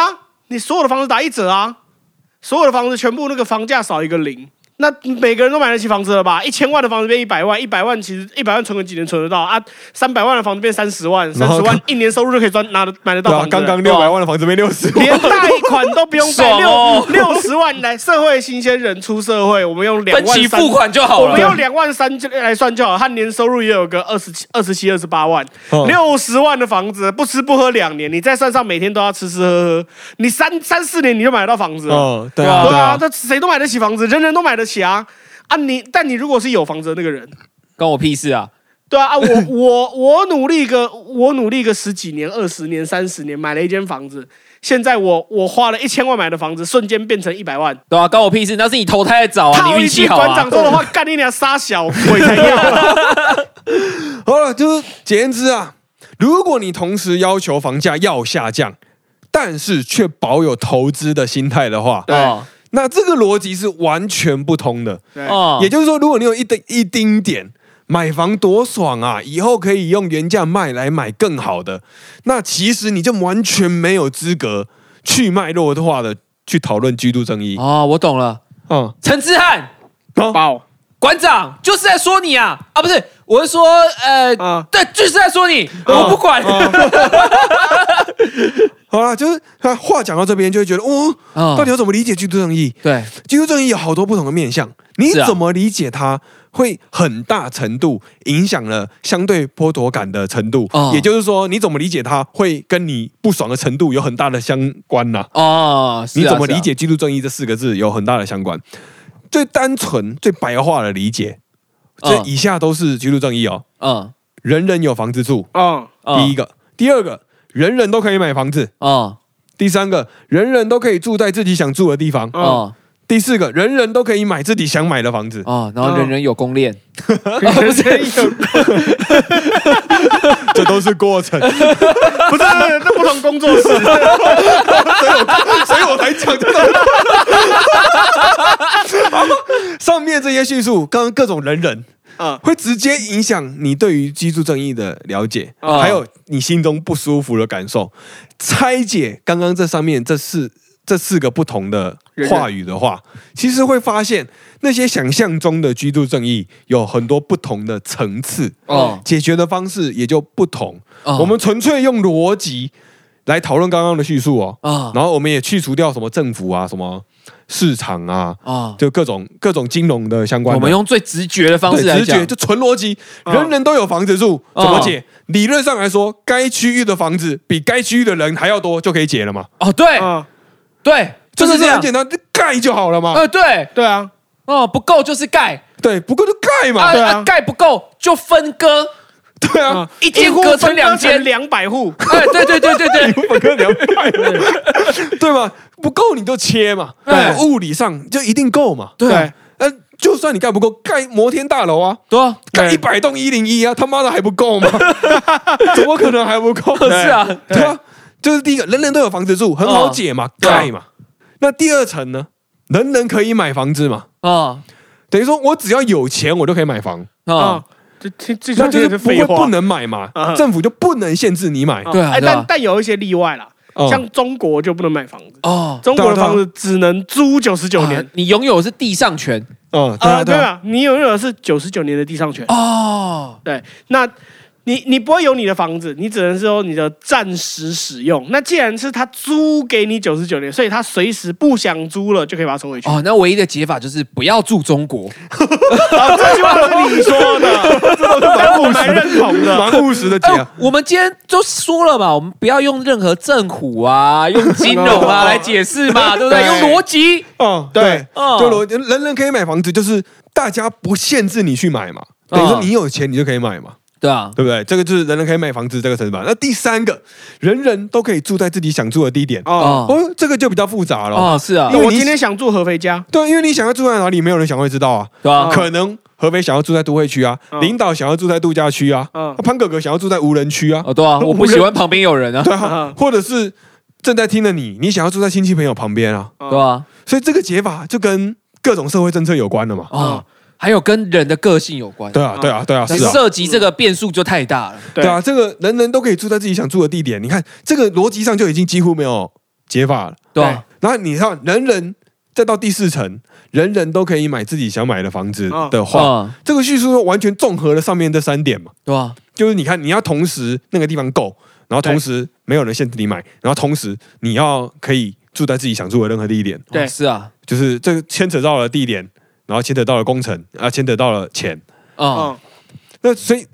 Speaker 3: 你所有的房子打一折啊，所有的房子全部那个房价少一个零。那每个人都买得起房子了吧？一千万的房子变一百万，一百万其实一百万存个几年存得到啊？三百万的房子变三十万，
Speaker 1: 然
Speaker 3: 三
Speaker 1: 后
Speaker 3: 十万一年收入就可以赚拿得买得到
Speaker 1: 对啊
Speaker 3: 房，子了。
Speaker 1: 刚刚六百万的房子没六十万，
Speaker 3: 连贷款都不用贷，
Speaker 2: 爽哦
Speaker 3: 六六十万来，社会新鲜人出社会，我们用两
Speaker 2: 分
Speaker 3: 万
Speaker 2: 期
Speaker 3: 三，
Speaker 2: 付款就好
Speaker 3: 我
Speaker 2: 了
Speaker 3: 们。
Speaker 1: 啊
Speaker 3: 用两万三来算就好，他年收入也有个二十七、二十七、二十八万，
Speaker 2: 哦
Speaker 1: 嗯
Speaker 3: 六十万的房子，不吃不喝两年，你再算上每天都要吃吃喝喝，你三三四年你就买得到房子了。
Speaker 1: 哦，对啊，
Speaker 3: 对
Speaker 1: 对
Speaker 3: 啊，
Speaker 1: 啊，
Speaker 3: 这谁都买得起房子，人人都买得起啊！啊你，但你如果是有房子的那个人，
Speaker 2: 关我屁事啊！
Speaker 3: 对啊， 啊我我我努力个我努力个十几年、二十年、三十年，买了一间房子。现在我我花了一千万买的房子，瞬间变成一百万。
Speaker 2: 对啊，关我屁事，那是你投胎的早啊，
Speaker 3: 套
Speaker 2: 你
Speaker 3: 一
Speaker 2: 运
Speaker 3: 句
Speaker 2: 气好
Speaker 3: 馆
Speaker 2: 啊
Speaker 3: 长。说的话，干你俩傻小鬼才要。
Speaker 1: 好了，就是简言之啊，如果你同时要求房价要下降，但是却保有投资的心态的话，
Speaker 3: 对
Speaker 2: 哦
Speaker 1: 那这个逻辑是完全不通的。
Speaker 3: 对
Speaker 2: 哦
Speaker 1: 也就是说，如果你有一丁一丁点买房多爽啊，以后可以用原价卖来买更好的，那其实你就完全没有资格去脉络化的去讨论居住正义。
Speaker 2: 哦，我懂了，
Speaker 1: 嗯，
Speaker 2: 陈之汉
Speaker 1: 好，
Speaker 3: 爆
Speaker 2: 馆长就是在说你啊啊，不是，我是说呃，
Speaker 3: 啊
Speaker 2: 对，就是在说你，
Speaker 1: 啊
Speaker 2: 我不管。
Speaker 1: 好了，就是他话讲到这边，就会觉得，哦，
Speaker 2: 哦
Speaker 1: 到底要怎么理解居住正义？
Speaker 2: 对，
Speaker 1: 居住正义有好多不同的面向，你
Speaker 2: 是啊
Speaker 1: 怎么理解它，会很大程度影响了相对剥夺感的程度。
Speaker 2: 哦
Speaker 1: 也就是说，你怎么理解它，会跟你不爽的程度有很大的相关呐、
Speaker 2: 哦，是啊
Speaker 1: 你怎么理？
Speaker 2: 是啊
Speaker 1: 解“居住正义”这四个字有很大的相关。最单纯、最白话的理解，这
Speaker 2: 嗯
Speaker 1: 以下都是居住正义哦。
Speaker 2: 嗯
Speaker 1: 人人有房子住，
Speaker 3: 嗯，
Speaker 2: 嗯
Speaker 1: 第一个；第二个，人人都可以买房子；
Speaker 2: 哦
Speaker 1: 第三个，人人都可以住在自己想住的地方；
Speaker 3: 嗯
Speaker 2: 哦
Speaker 1: 第四个，人人都可以买自己想买的 房子。
Speaker 2: 哦，然后人人有公链，
Speaker 3: 不 是
Speaker 1: 这都是过程，所
Speaker 3: 不是，那不同工作 室。
Speaker 1: 以我才讲这个。 上面这些叙述，刚刚各种人人
Speaker 3: 嗯
Speaker 1: 会直接影响你对于居住正义的了解，
Speaker 2: 哦
Speaker 1: 还有你心中不舒服的感受。拆解刚刚这上面这四这四个不同的话语的话，其实会发现那些想象中的居住正义有很多不同的层次，
Speaker 2: 哦
Speaker 1: 解决的方式也就不同。
Speaker 2: 哦
Speaker 1: 我们纯粹用逻辑来讨论刚刚的叙述哦，
Speaker 2: 啊
Speaker 1: 然后我们也去除掉什么政府啊、什么市场啊，
Speaker 2: 啊，
Speaker 1: 就各种各种金融的相关的。
Speaker 2: 我们用最直觉的方式
Speaker 1: 对
Speaker 2: 来
Speaker 1: 直觉
Speaker 2: 讲，哦
Speaker 1: 就纯逻辑，
Speaker 3: 嗯
Speaker 1: 人人都有房子住，
Speaker 2: 嗯
Speaker 1: 怎么解？理论上来说，该区域的房子比该区域的人还要多，就可以解了嘛。
Speaker 2: 哦，对
Speaker 3: 嗯，
Speaker 2: 对，就
Speaker 1: 这
Speaker 2: 是
Speaker 1: 个
Speaker 2: 这
Speaker 1: 是
Speaker 2: 样
Speaker 1: 很。简单，啊就盖就好了嘛。
Speaker 2: 呃，对，
Speaker 3: 对啊，
Speaker 2: 哦，不够就是盖，
Speaker 1: 对，不过就盖
Speaker 2: 啊
Speaker 1: 嘛。
Speaker 3: 对啊
Speaker 2: 啊，盖不够就分割，
Speaker 1: 对
Speaker 3: 嗯
Speaker 1: 啊，
Speaker 2: 一间隔成两间
Speaker 3: 两百户。
Speaker 2: 哎，对对对对 对，
Speaker 1: 本科两百，对嘛？不够你就切嘛。
Speaker 2: 对
Speaker 1: 物理上就一定够嘛。
Speaker 2: 嗯啊
Speaker 3: 对，
Speaker 1: 那就算你盖不够，盖摩天大楼啊，
Speaker 2: 对啊，
Speaker 1: 盖
Speaker 3: 对
Speaker 1: 一百栋一零一啊，他妈的还不够吗？怎么可能还不够？
Speaker 2: 是啊，
Speaker 1: 对啊，这是第一个，人人都有房子住，很好解嘛，
Speaker 2: 对啊
Speaker 1: 盖嘛。那第二层呢？人人可以买房子嘛？
Speaker 2: 啊
Speaker 1: 等于说我只要有钱，我就可以买房，
Speaker 2: 啊
Speaker 3: 啊，，这这这
Speaker 1: 那就是
Speaker 3: 这
Speaker 1: 不会不能买嘛
Speaker 3: 啊，
Speaker 1: 政府就不能限制你买。
Speaker 3: 啊
Speaker 2: 对啊
Speaker 3: 哎
Speaker 2: 对啊
Speaker 3: 但但有一些例外啦，
Speaker 1: 嗯
Speaker 3: 像中国就不能买房子，
Speaker 2: 哦，
Speaker 3: 中国的
Speaker 1: 对啊对啊
Speaker 3: 房子只能租九十九年
Speaker 2: 啊。你拥有的是地上权
Speaker 1: 嗯，对
Speaker 3: 啊，
Speaker 1: 啊，对
Speaker 3: 对
Speaker 1: 啊，
Speaker 3: 吧？你拥有的是九十九年的地上权，
Speaker 2: 哦，
Speaker 3: 对，那你你不会有你的房子，你只能是说你的暂时使用。那既然是他租给你九十九年，所以他随时不想租了就可以把它收回去。
Speaker 2: 哦，那唯一的解法就是不要住中 国，
Speaker 3: 啊这句话是你说的，这都是我不能认同。穷的。
Speaker 1: 蛮务实的啊姐
Speaker 2: 哎、我们今天都说了嘛，我们不要用任何政府啊、用金融啊来解释嘛，对不对？
Speaker 3: 对
Speaker 2: 用逻辑，
Speaker 1: 哦，
Speaker 3: 对
Speaker 1: 对，
Speaker 2: 嗯
Speaker 1: 就逻人人可以买房子，就是大家不限制你去买嘛，等于说
Speaker 2: 嗯
Speaker 1: 你有钱你就可以买嘛，
Speaker 2: 对啊，
Speaker 1: 对不对？这个就是人人可以买房子这个层吧。那第三个，人人都可以住在自己想住的地点，
Speaker 3: 哦，
Speaker 2: 哦
Speaker 1: 哦，这个就比较复杂了。
Speaker 2: 哦，是啊
Speaker 1: 因，为
Speaker 3: 我
Speaker 1: 你
Speaker 3: 今天想住合肥家，
Speaker 1: 对，因为你想要住在哪里，没有人想会知道啊。
Speaker 2: 对啊，
Speaker 1: 可能合肥想要住在都会区啊，
Speaker 3: 嗯
Speaker 1: 领导想要住在度假区啊，
Speaker 3: 嗯
Speaker 1: 潘哥哥想要住在无人区啊，
Speaker 2: 哦，对啊，我不喜欢旁边有人啊，
Speaker 1: 对啊，或者是正在听的你，你想要住在亲戚朋友旁边啊，
Speaker 3: 嗯
Speaker 2: 对啊，
Speaker 1: 所以这个解法就跟各种社会政策有关的嘛。
Speaker 2: 哦，还有跟人的个性有关，
Speaker 1: 对啊，对啊，对啊，是啊。
Speaker 2: 涉及这个变数就太大了。
Speaker 1: 对啊，这个人人都可以住在自己想住的地点，你看这个逻辑上就已经几乎没有解法了。
Speaker 2: 对啊，
Speaker 1: 然后你看，人人再到第四层，人人都可以买自己想买的房子的话，
Speaker 2: 嗯，
Speaker 1: 这个叙述完全综合了上面这三点嘛。
Speaker 2: 对啊，
Speaker 1: 就是你看，你要同时那个地方够，然后同时没有人限制你买，然后同时你要可以住在自己想住的任何地点，
Speaker 3: 对
Speaker 2: 是啊，
Speaker 1: 就是这个牵扯到了地点，然后牵扯到了工程，啊，牵扯到了钱。
Speaker 2: 嗯，
Speaker 3: 嗯，
Speaker 1: 那所以，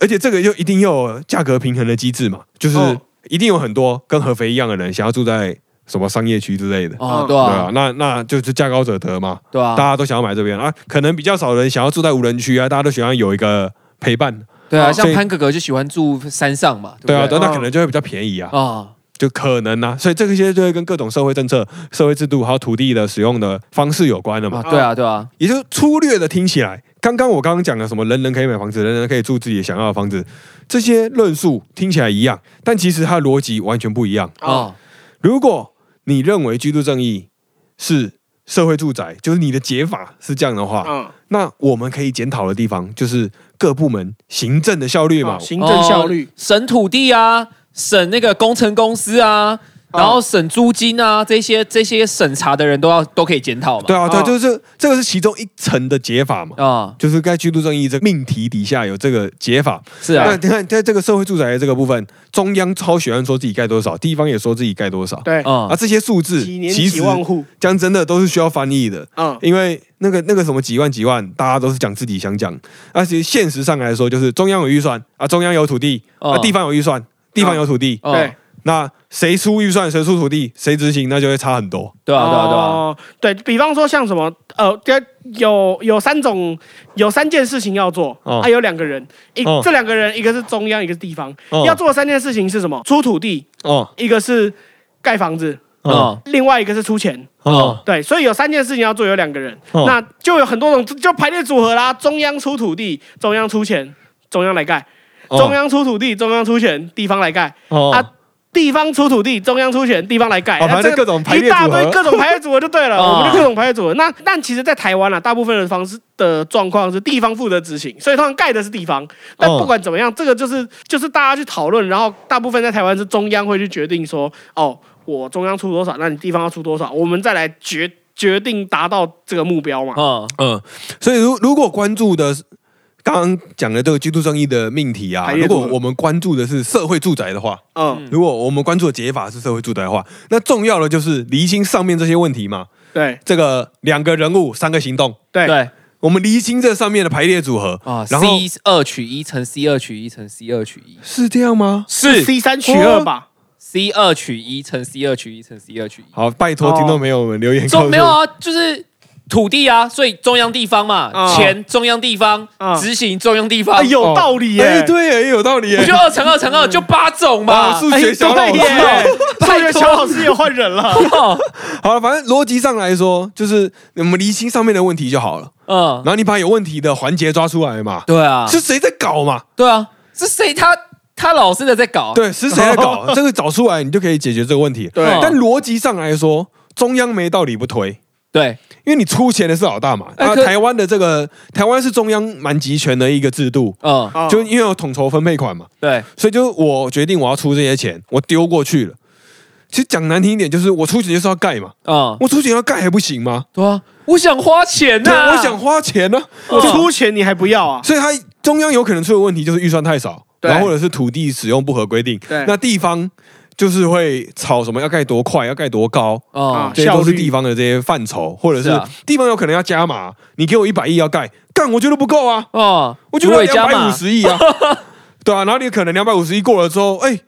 Speaker 1: 而且这个又一定要有价格平衡的机制嘛，就是
Speaker 3: 哦
Speaker 1: 一定有很多跟合肥一样的人想要住在什么商业区之类的，
Speaker 2: 哦，
Speaker 3: 嗯
Speaker 2: 对
Speaker 1: 对啊
Speaker 2: 啊，，
Speaker 1: 那那就是价高者得嘛，
Speaker 2: 对
Speaker 1: 大
Speaker 2: 啊，
Speaker 1: 家都想要买这边啊，可能比较少人想要住在无人区啊，大家都喜欢有一个陪伴，
Speaker 2: 对啊，
Speaker 1: 哦
Speaker 2: 像
Speaker 1: 所以
Speaker 2: 潘哥哥就喜欢住山上嘛，
Speaker 1: 对啊，
Speaker 2: 不对
Speaker 1: 那那
Speaker 3: 嗯
Speaker 1: 可能就会比较便宜啊，
Speaker 2: 啊，
Speaker 1: 就可能啊，所以这些就会跟各种社会政策、社会制度还有土地的使用的方式有关的嘛
Speaker 2: 啊，。对啊，对啊，
Speaker 1: 也就是粗略的听起来，刚刚我刚刚讲的什么人人可以买房子，人人可以住自己想要的房子，这些论述听起来一样，但其实它的逻辑完全不一样。
Speaker 3: 嗯
Speaker 2: 啊，
Speaker 1: 如果你认为居住正义是社会住宅，就是你的解法是这样的话，
Speaker 3: 嗯，
Speaker 1: 那我们可以检讨的地方就是各部门行政的效率嘛
Speaker 3: 哦。行政效率
Speaker 2: 哦，省土地啊，省那个工程公司啊，
Speaker 3: 哦
Speaker 2: 然后省租金啊，这些这些审查的人都要都可以检讨嘛。
Speaker 1: 对啊，对啊，
Speaker 3: 哦
Speaker 1: 就是这个是其中一层的解法嘛。
Speaker 2: 啊，
Speaker 1: 就是该居住正义这个命题底下有这个解法，
Speaker 2: 是啊
Speaker 1: 那，你看，在这个社会住宅的这个部分，中央超喜欢说自己盖多少，地方也说自己盖多少。
Speaker 3: 对，
Speaker 2: 啊
Speaker 1: 啊，，这些数字
Speaker 3: 几年
Speaker 1: 其
Speaker 3: 几
Speaker 1: 实
Speaker 3: 万户，
Speaker 1: 讲真的都是需要翻译的，
Speaker 3: 嗯，
Speaker 1: 因为那个那个什么几万几万，大家都是讲自己想讲。而且现实上来说，就是中央有预算啊，中央有土地啊，
Speaker 2: 哦
Speaker 1: 地方有预算，地方有土地。
Speaker 2: 哦
Speaker 3: 对，
Speaker 1: 那谁出预算，谁出土地，谁执行，那就会差很多。
Speaker 2: 对啊，对啊，对啊，
Speaker 3: 哦对比方说像什么，呃，这有有三种，有三件事情要做，啊
Speaker 1: 哦
Speaker 3: 还有两个人，一
Speaker 1: 哦
Speaker 3: 这两个人，一个是中央，一个是地方，
Speaker 1: 哦
Speaker 3: 要做的三件事情是什么？出土地，
Speaker 1: 哦
Speaker 3: 一个是盖房子，
Speaker 1: 哦
Speaker 2: 哦
Speaker 3: 另外一个是出钱。
Speaker 1: 哦
Speaker 3: 对，所以有三件事情要做，有两个人，
Speaker 1: 哦
Speaker 3: 那就有很多种，就排列组合啦。中央出土地，中央出钱，中央来盖；中央啊出土地，中央出钱，地方来盖；
Speaker 1: 哦
Speaker 3: 啊地方出土地，中央出钱，地方来盖。
Speaker 1: 哦
Speaker 3: 啊
Speaker 1: 反正
Speaker 3: 这个
Speaker 1: 各种排列
Speaker 3: 一大堆
Speaker 1: 组合
Speaker 3: 各种排列组合就 对了，
Speaker 2: 哦
Speaker 3: 我们就各种排列组合。那但其实，在台湾啊，大部分的方式的状况是地方负责执行，所以通常盖的是地方。但
Speaker 1: 哦
Speaker 3: 不管怎么样，这个就是就是大家去讨论，然后大部分在台湾是中央会去决定说，哦，我中央出多少，那你地方要出多少，我们再来决决定达到这个目标嘛。
Speaker 2: 哦
Speaker 1: 嗯，所以如如果关注的是刚刚讲的这个居住正义的命题啊，
Speaker 3: 排
Speaker 1: 如
Speaker 3: 列组合
Speaker 1: 果我们关注的是社会住宅的话，
Speaker 3: 嗯，
Speaker 1: 如果我们关注的解法是社会住宅的话，那重要的就是厘清上面这些问题嘛。
Speaker 3: 对
Speaker 1: 这个两个人物三个行动，
Speaker 3: 对
Speaker 2: 对
Speaker 1: 我们厘清这上面的排列组合
Speaker 2: 啊
Speaker 1: 然后
Speaker 2: ，C 二取一乘 C 二取一乘 C 二取一
Speaker 1: 是这样吗？
Speaker 2: 是
Speaker 3: ，C 三取二吧。
Speaker 2: C 二取一乘 C 二取一乘 C 二取一。
Speaker 1: 好，拜托
Speaker 3: 哦
Speaker 1: 听众朋友们留言告诉
Speaker 2: 中
Speaker 1: 我
Speaker 2: 没有啊，就是土地啊，所以中央地方嘛，
Speaker 3: 嗯
Speaker 2: 钱中央地方
Speaker 3: 嗯，
Speaker 2: 执行中央地
Speaker 3: 啊，
Speaker 2: 方，
Speaker 3: 有道理耶、
Speaker 1: 哎，对耶，有道理耶
Speaker 2: 不。就二乘二乘二就八种
Speaker 1: 啊，
Speaker 2: 嘛。
Speaker 1: 数学小老
Speaker 3: 哎
Speaker 1: 师
Speaker 3: 对
Speaker 1: 啊
Speaker 3: 耶，数学小老师也换人了。
Speaker 1: 好了，反正逻辑上来说，就是我们厘清上面的问题就好了，
Speaker 2: 嗯
Speaker 3: 啊
Speaker 1: 然，后你把有问题的环节抓出来嘛。
Speaker 2: 对啊，
Speaker 1: 是谁在搞嘛？
Speaker 2: 对啊，是谁他他老是的在搞，
Speaker 1: 对，是谁在搞？这个找出来，你就可以解决这个问题。
Speaker 3: 对
Speaker 1: 但逻辑上来说，中央没道理不推，
Speaker 2: 对
Speaker 1: 因为你出钱的是老大嘛。
Speaker 2: 哎
Speaker 1: 啊，
Speaker 2: 可
Speaker 1: 台湾的这个台湾是中央蛮集权的一个制度，
Speaker 2: 嗯
Speaker 3: 哦
Speaker 1: 就因为有统筹分配款嘛，
Speaker 2: 对
Speaker 1: 所以就我决定我要出这些钱，我丢过去了。其实讲难听一点，就是我出钱就是要盖嘛，
Speaker 2: 嗯
Speaker 1: 我出钱要盖还不行吗？
Speaker 2: 对啊，我想花钱
Speaker 1: 对，
Speaker 2: 呐，
Speaker 1: 我想花钱呢、
Speaker 3: 我出钱你还不要啊？
Speaker 1: 所以它中央有可能出的问题就是预算太少，
Speaker 3: 对
Speaker 1: 然后或者是土地使用不合规定
Speaker 3: 对，
Speaker 1: 那地方就是会吵什么要盖多快，要盖多高，
Speaker 2: 哦
Speaker 3: 啊
Speaker 1: 这些都
Speaker 3: 效
Speaker 1: 是
Speaker 3: 率
Speaker 1: 地方的这些范畴，或者
Speaker 2: 是
Speaker 1: 是
Speaker 2: 啊
Speaker 1: 地方有可能要加码，你给我一百亿要盖，干我觉得不够啊，
Speaker 2: 哦，
Speaker 1: 我觉得
Speaker 2: 也
Speaker 1: 两百五十亿啊，对啊，然后你可能两百五十亿过了之后，哎，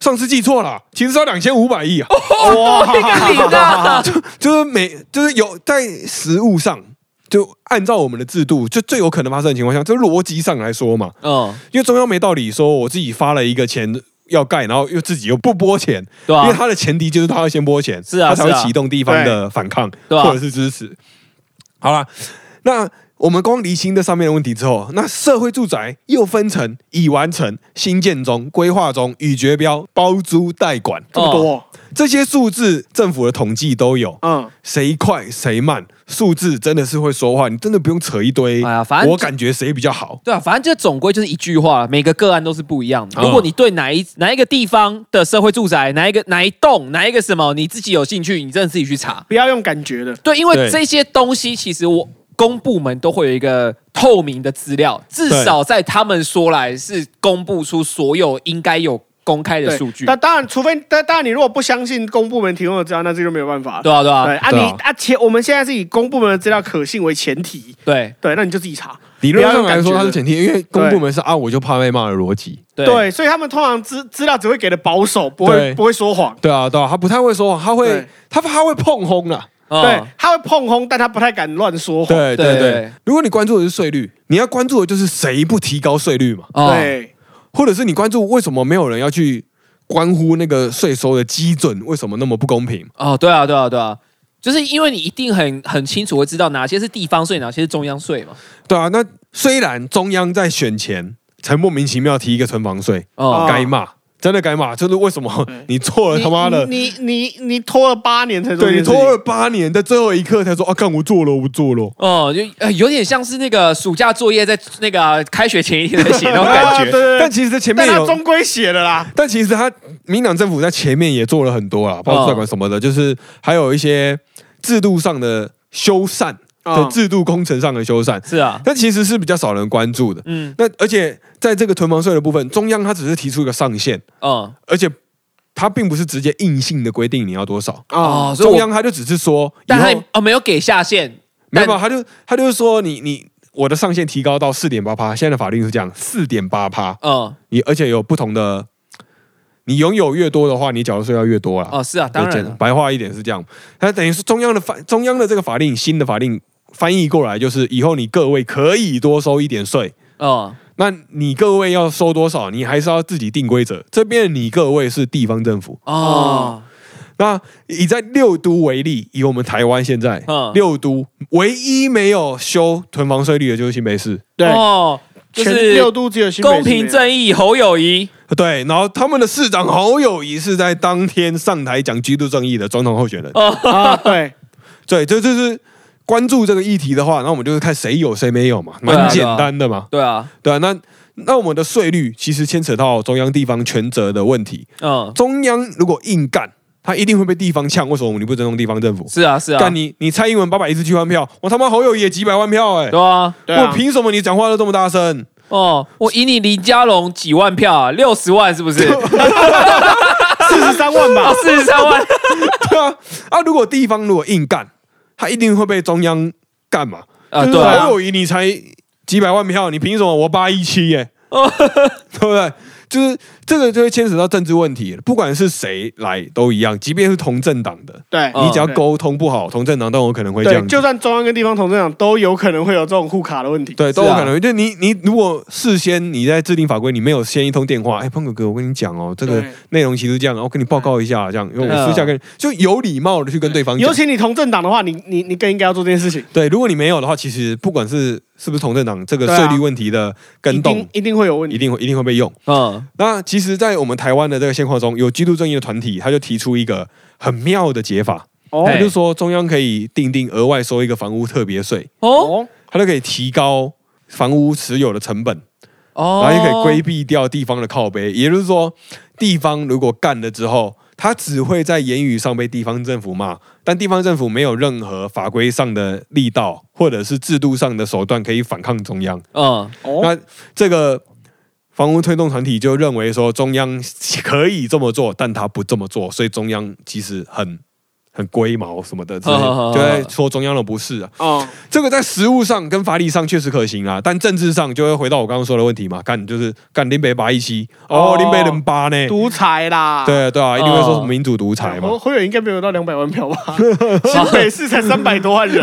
Speaker 1: 上次记错了，其实是要两千五百亿啊，
Speaker 3: 哇，
Speaker 2: 这个你
Speaker 3: 哦
Speaker 2: 的，
Speaker 1: 就是每就是有在实物上。就按照我们的制度，就最有可能发生的情况下，就逻辑上来说嘛，
Speaker 2: 嗯，
Speaker 1: 因为中央没道理说我自己发了一个钱要盖，然后又自己又不拨钱，
Speaker 2: 对啊
Speaker 1: 因为，他的前提就是他要先拨钱，
Speaker 2: 是啊
Speaker 1: 他才会
Speaker 2: 是啊
Speaker 1: 启动地方的反抗
Speaker 2: 对啊
Speaker 1: 或者是支持。好啦，那我们光厘清这上面的问题之后，那社会住宅又分成已完成、新建中、规划中、已决标、包租代管
Speaker 3: 这么多，
Speaker 1: 这些数字，政府的统计都有。
Speaker 3: 嗯，
Speaker 1: 谁快谁慢，数字真的是会说话，你真的不用扯一堆。
Speaker 2: 哎呀反正
Speaker 1: 我感觉谁比较好，
Speaker 2: 对啊，反正这总归就是一句话，每个个案都是不一样
Speaker 1: 嗯
Speaker 2: 的。如果你对哪一哪一个地方的社会住宅，哪一个哪一栋，哪一个什么，你自己有兴趣，你真的自己去查。
Speaker 3: 不要用感觉的，
Speaker 2: 对，因为
Speaker 1: 对
Speaker 2: 这些东西其实我公部门都会有一个透明的资料，至
Speaker 1: 对
Speaker 2: 少在他们说来是公布出所有应该有公开的
Speaker 3: 对
Speaker 2: 数据。
Speaker 3: 那当然，除非但当然，你如果不相信公部门提供的资料，那这就没有办法。
Speaker 2: 对啊，对
Speaker 3: 对
Speaker 2: 啊，
Speaker 3: 啊，
Speaker 1: 对
Speaker 3: 你
Speaker 1: 啊
Speaker 3: 啊前我们现在是以公部门的资料可信为前提，
Speaker 2: 对
Speaker 3: 对，那你就自己查。
Speaker 1: 理论上来
Speaker 3: 不要用感觉
Speaker 1: 说
Speaker 3: 的
Speaker 1: 它是前提，因为公部门是啊，我就怕被骂的逻辑。
Speaker 2: 对
Speaker 3: 对，所以他们通常资资料只会给的保守，不
Speaker 1: 对
Speaker 3: 会不会说谎。
Speaker 1: 对啊，对啊，他不太会说谎，他会
Speaker 3: 对
Speaker 1: 他他会碰轰啊啦。
Speaker 2: 嗯
Speaker 3: 对，他会碰轰，但他不太敢乱说谎。
Speaker 1: 对对
Speaker 2: 对
Speaker 1: 对，如果你关注的是税率，你要关注的就是谁不提高税率嘛，
Speaker 3: 啊
Speaker 2: 哦
Speaker 3: 对，
Speaker 1: 或者是你关注为什么没有人要去关乎那个税收的基准，为什么那么不公平？
Speaker 2: 哦，对啊，对啊，对啊，就是因为你一定很很清楚会知道哪些是地方税，哪些是中央税嘛。
Speaker 1: 对啊，那虽然中央在选前才莫名其妙提一个存房税，
Speaker 2: 哦
Speaker 3: 哦，
Speaker 1: 该骂，真的该骂，就是为什么
Speaker 3: 对
Speaker 1: 你错了他妈的，
Speaker 3: 你你你你拖了八年才做
Speaker 1: 对你
Speaker 3: 这件事情，
Speaker 1: 拖了八年，在最后一刻才说啊，干我做了，我做了。
Speaker 2: 哦，就呃有点像是那个暑假作业在那个啊开学前一天在写那种感
Speaker 3: 啊
Speaker 2: 觉。
Speaker 3: 对对
Speaker 1: 但
Speaker 3: 对，
Speaker 1: 其实前面
Speaker 3: 但他
Speaker 1: 有
Speaker 3: 终归写了啦。
Speaker 1: 但其实他民党政府在前面也做了很多啦，包
Speaker 2: 哦
Speaker 1: 括贷款什么的，就是还有一些制度上的修缮的
Speaker 3: 嗯
Speaker 1: 制度工程上的修缮，
Speaker 2: 哦是 啊，
Speaker 1: 但其实是比较少人关注的。
Speaker 2: 嗯
Speaker 1: 那而且在这个囤房税的部分，中央它只是提出一个上限，
Speaker 2: 嗯
Speaker 1: 而且它并不是直接硬性的规定你要多少。
Speaker 2: 哦，所以
Speaker 1: 中
Speaker 2: 我
Speaker 1: 央它就只是说，以
Speaker 2: 但
Speaker 1: 后
Speaker 2: 他哦没有给下限，
Speaker 1: 没有，
Speaker 2: 但
Speaker 1: 它就它就是说你你我的上限提高到四点八趴，现在的法律是这样，四点八趴。
Speaker 2: 嗯
Speaker 1: 你而且有不同的，你拥有越多的话，你缴的税要越多啦。
Speaker 2: 哦是啊，当
Speaker 1: 对
Speaker 2: 然
Speaker 1: 简
Speaker 2: 了
Speaker 1: 白话一点是这样，它等于是中央的法，中央的这个法令，新的法令翻译过来就是，以后你各位可以多收一点税。
Speaker 2: 嗯
Speaker 1: 那你各位要收多少，你还是要自己定规则。这边你各位是地方政府。
Speaker 2: 哦
Speaker 1: 那以在六都为例，以我们台湾现在、
Speaker 2: 嗯
Speaker 1: 六都唯一没有修囤房税率的就是新北市。
Speaker 3: 对，
Speaker 2: 哦，就
Speaker 3: 全六
Speaker 2: 是
Speaker 3: 都只有新北市
Speaker 2: 公平
Speaker 3: 没有
Speaker 2: 正义侯友谊
Speaker 1: 对，然后他们的市长侯友谊是在当天上台讲极度正义的总统候选人。
Speaker 2: 哦
Speaker 3: 啊，对，
Speaker 1: 对，这就是关注这个议题的话，那我们就是看谁有谁没有嘛，
Speaker 2: 对啊
Speaker 1: 蛮简单的嘛。
Speaker 2: 对啊，
Speaker 1: 对啊，那那我们的税率其实牵扯到中央地方权责的问题。
Speaker 2: 嗯
Speaker 1: 中央如果硬干，他一定会被地方呛。为什么你不尊重地方政府？
Speaker 2: 是啊是啊
Speaker 1: 干，你你蔡英文八百一十七万票，我他妈侯友谊也几百万票哎、
Speaker 2: 对啊
Speaker 3: 对啊
Speaker 1: 我凭什么你讲话都这么大声？
Speaker 2: 哦，我以你林佳龙几万票啊，六十万是不是？
Speaker 3: 四十三万 吧
Speaker 2: 哦，四十三万，
Speaker 1: 对啊，啊，如果地方如果硬干，他一定会被中央干嘛？
Speaker 2: 啊
Speaker 1: 就是
Speaker 2: 对啊
Speaker 1: 侯友谊你才几百万票，你凭什么我八一七耶？
Speaker 3: 哦
Speaker 1: 对不对？就是这个就会牵扯到政治问题了，不管是谁来都一样，即便是同政党的，
Speaker 3: 对
Speaker 2: 嗯
Speaker 1: 你只要沟通不好，同政党都有可能会这
Speaker 3: 哦对，
Speaker 1: 样子
Speaker 3: 就算中央跟地方同政党都有可能会有这种互卡的问题。
Speaker 1: 对，都
Speaker 2: 是
Speaker 1: 有
Speaker 2: 啊
Speaker 1: 可能。就你你如果事先你在制定法规，你没有先一通电话，哎，胖哥哥，我跟你讲哦，这个
Speaker 3: 对
Speaker 1: 内容其实这样，哦我跟你报告一下，这样，因为
Speaker 2: 对
Speaker 1: 我
Speaker 2: 啊
Speaker 1: 私下跟你就有礼貌的去跟对方
Speaker 3: 尤
Speaker 1: 讲。
Speaker 3: 其你同政党的话，你你你更应该要做这件事情，
Speaker 1: 对，如果你没有的话，其实不管是是不是同政党，这个
Speaker 3: 对啊
Speaker 1: 税率问题的
Speaker 3: 一
Speaker 1: 跟动
Speaker 3: 定一定会有问
Speaker 1: 一
Speaker 3: 题。
Speaker 1: 定会一定会被用。
Speaker 2: 嗯
Speaker 1: 那其实，在我们台湾的这个现况中，有基督正义的团体，他就提出一个很妙的解法，
Speaker 3: 哦
Speaker 1: 他
Speaker 2: 哎
Speaker 1: 就说中央可以定定额外收一个房屋特别税，
Speaker 2: 哦
Speaker 3: 哦，
Speaker 1: 它就可以提高房屋持有的成本，
Speaker 2: 哦，
Speaker 1: 然后也可以规避掉地方的靠背。也就是说，地方如果干了之后，他只会在言语上被地方政府骂，但地方政府没有任何法规上的力道或者是制度上的手段可以反抗中央。
Speaker 2: 嗯
Speaker 3: 哦，
Speaker 1: 那这个房屋推动团体就认为说，中央可以这么做，但他不这么做，所以中央其实很很龟毛什么的之类
Speaker 2: 呵呵
Speaker 1: 的，
Speaker 2: 呵
Speaker 1: 就会说中央的不是啊。
Speaker 3: 哦，
Speaker 1: 这个在实务上跟法理上确实可行啊，但政治上就会回到我刚刚说的问题嘛，干就是干林北八一七，
Speaker 3: 哦
Speaker 1: 哦，林北人八呢？
Speaker 3: 独裁啦，
Speaker 1: 对啊对啊，一定会说
Speaker 2: 哦
Speaker 1: 什么民主独裁嘛
Speaker 3: 侯。侯友宜应该没有到两百万 票吧？新北市才三百多万人，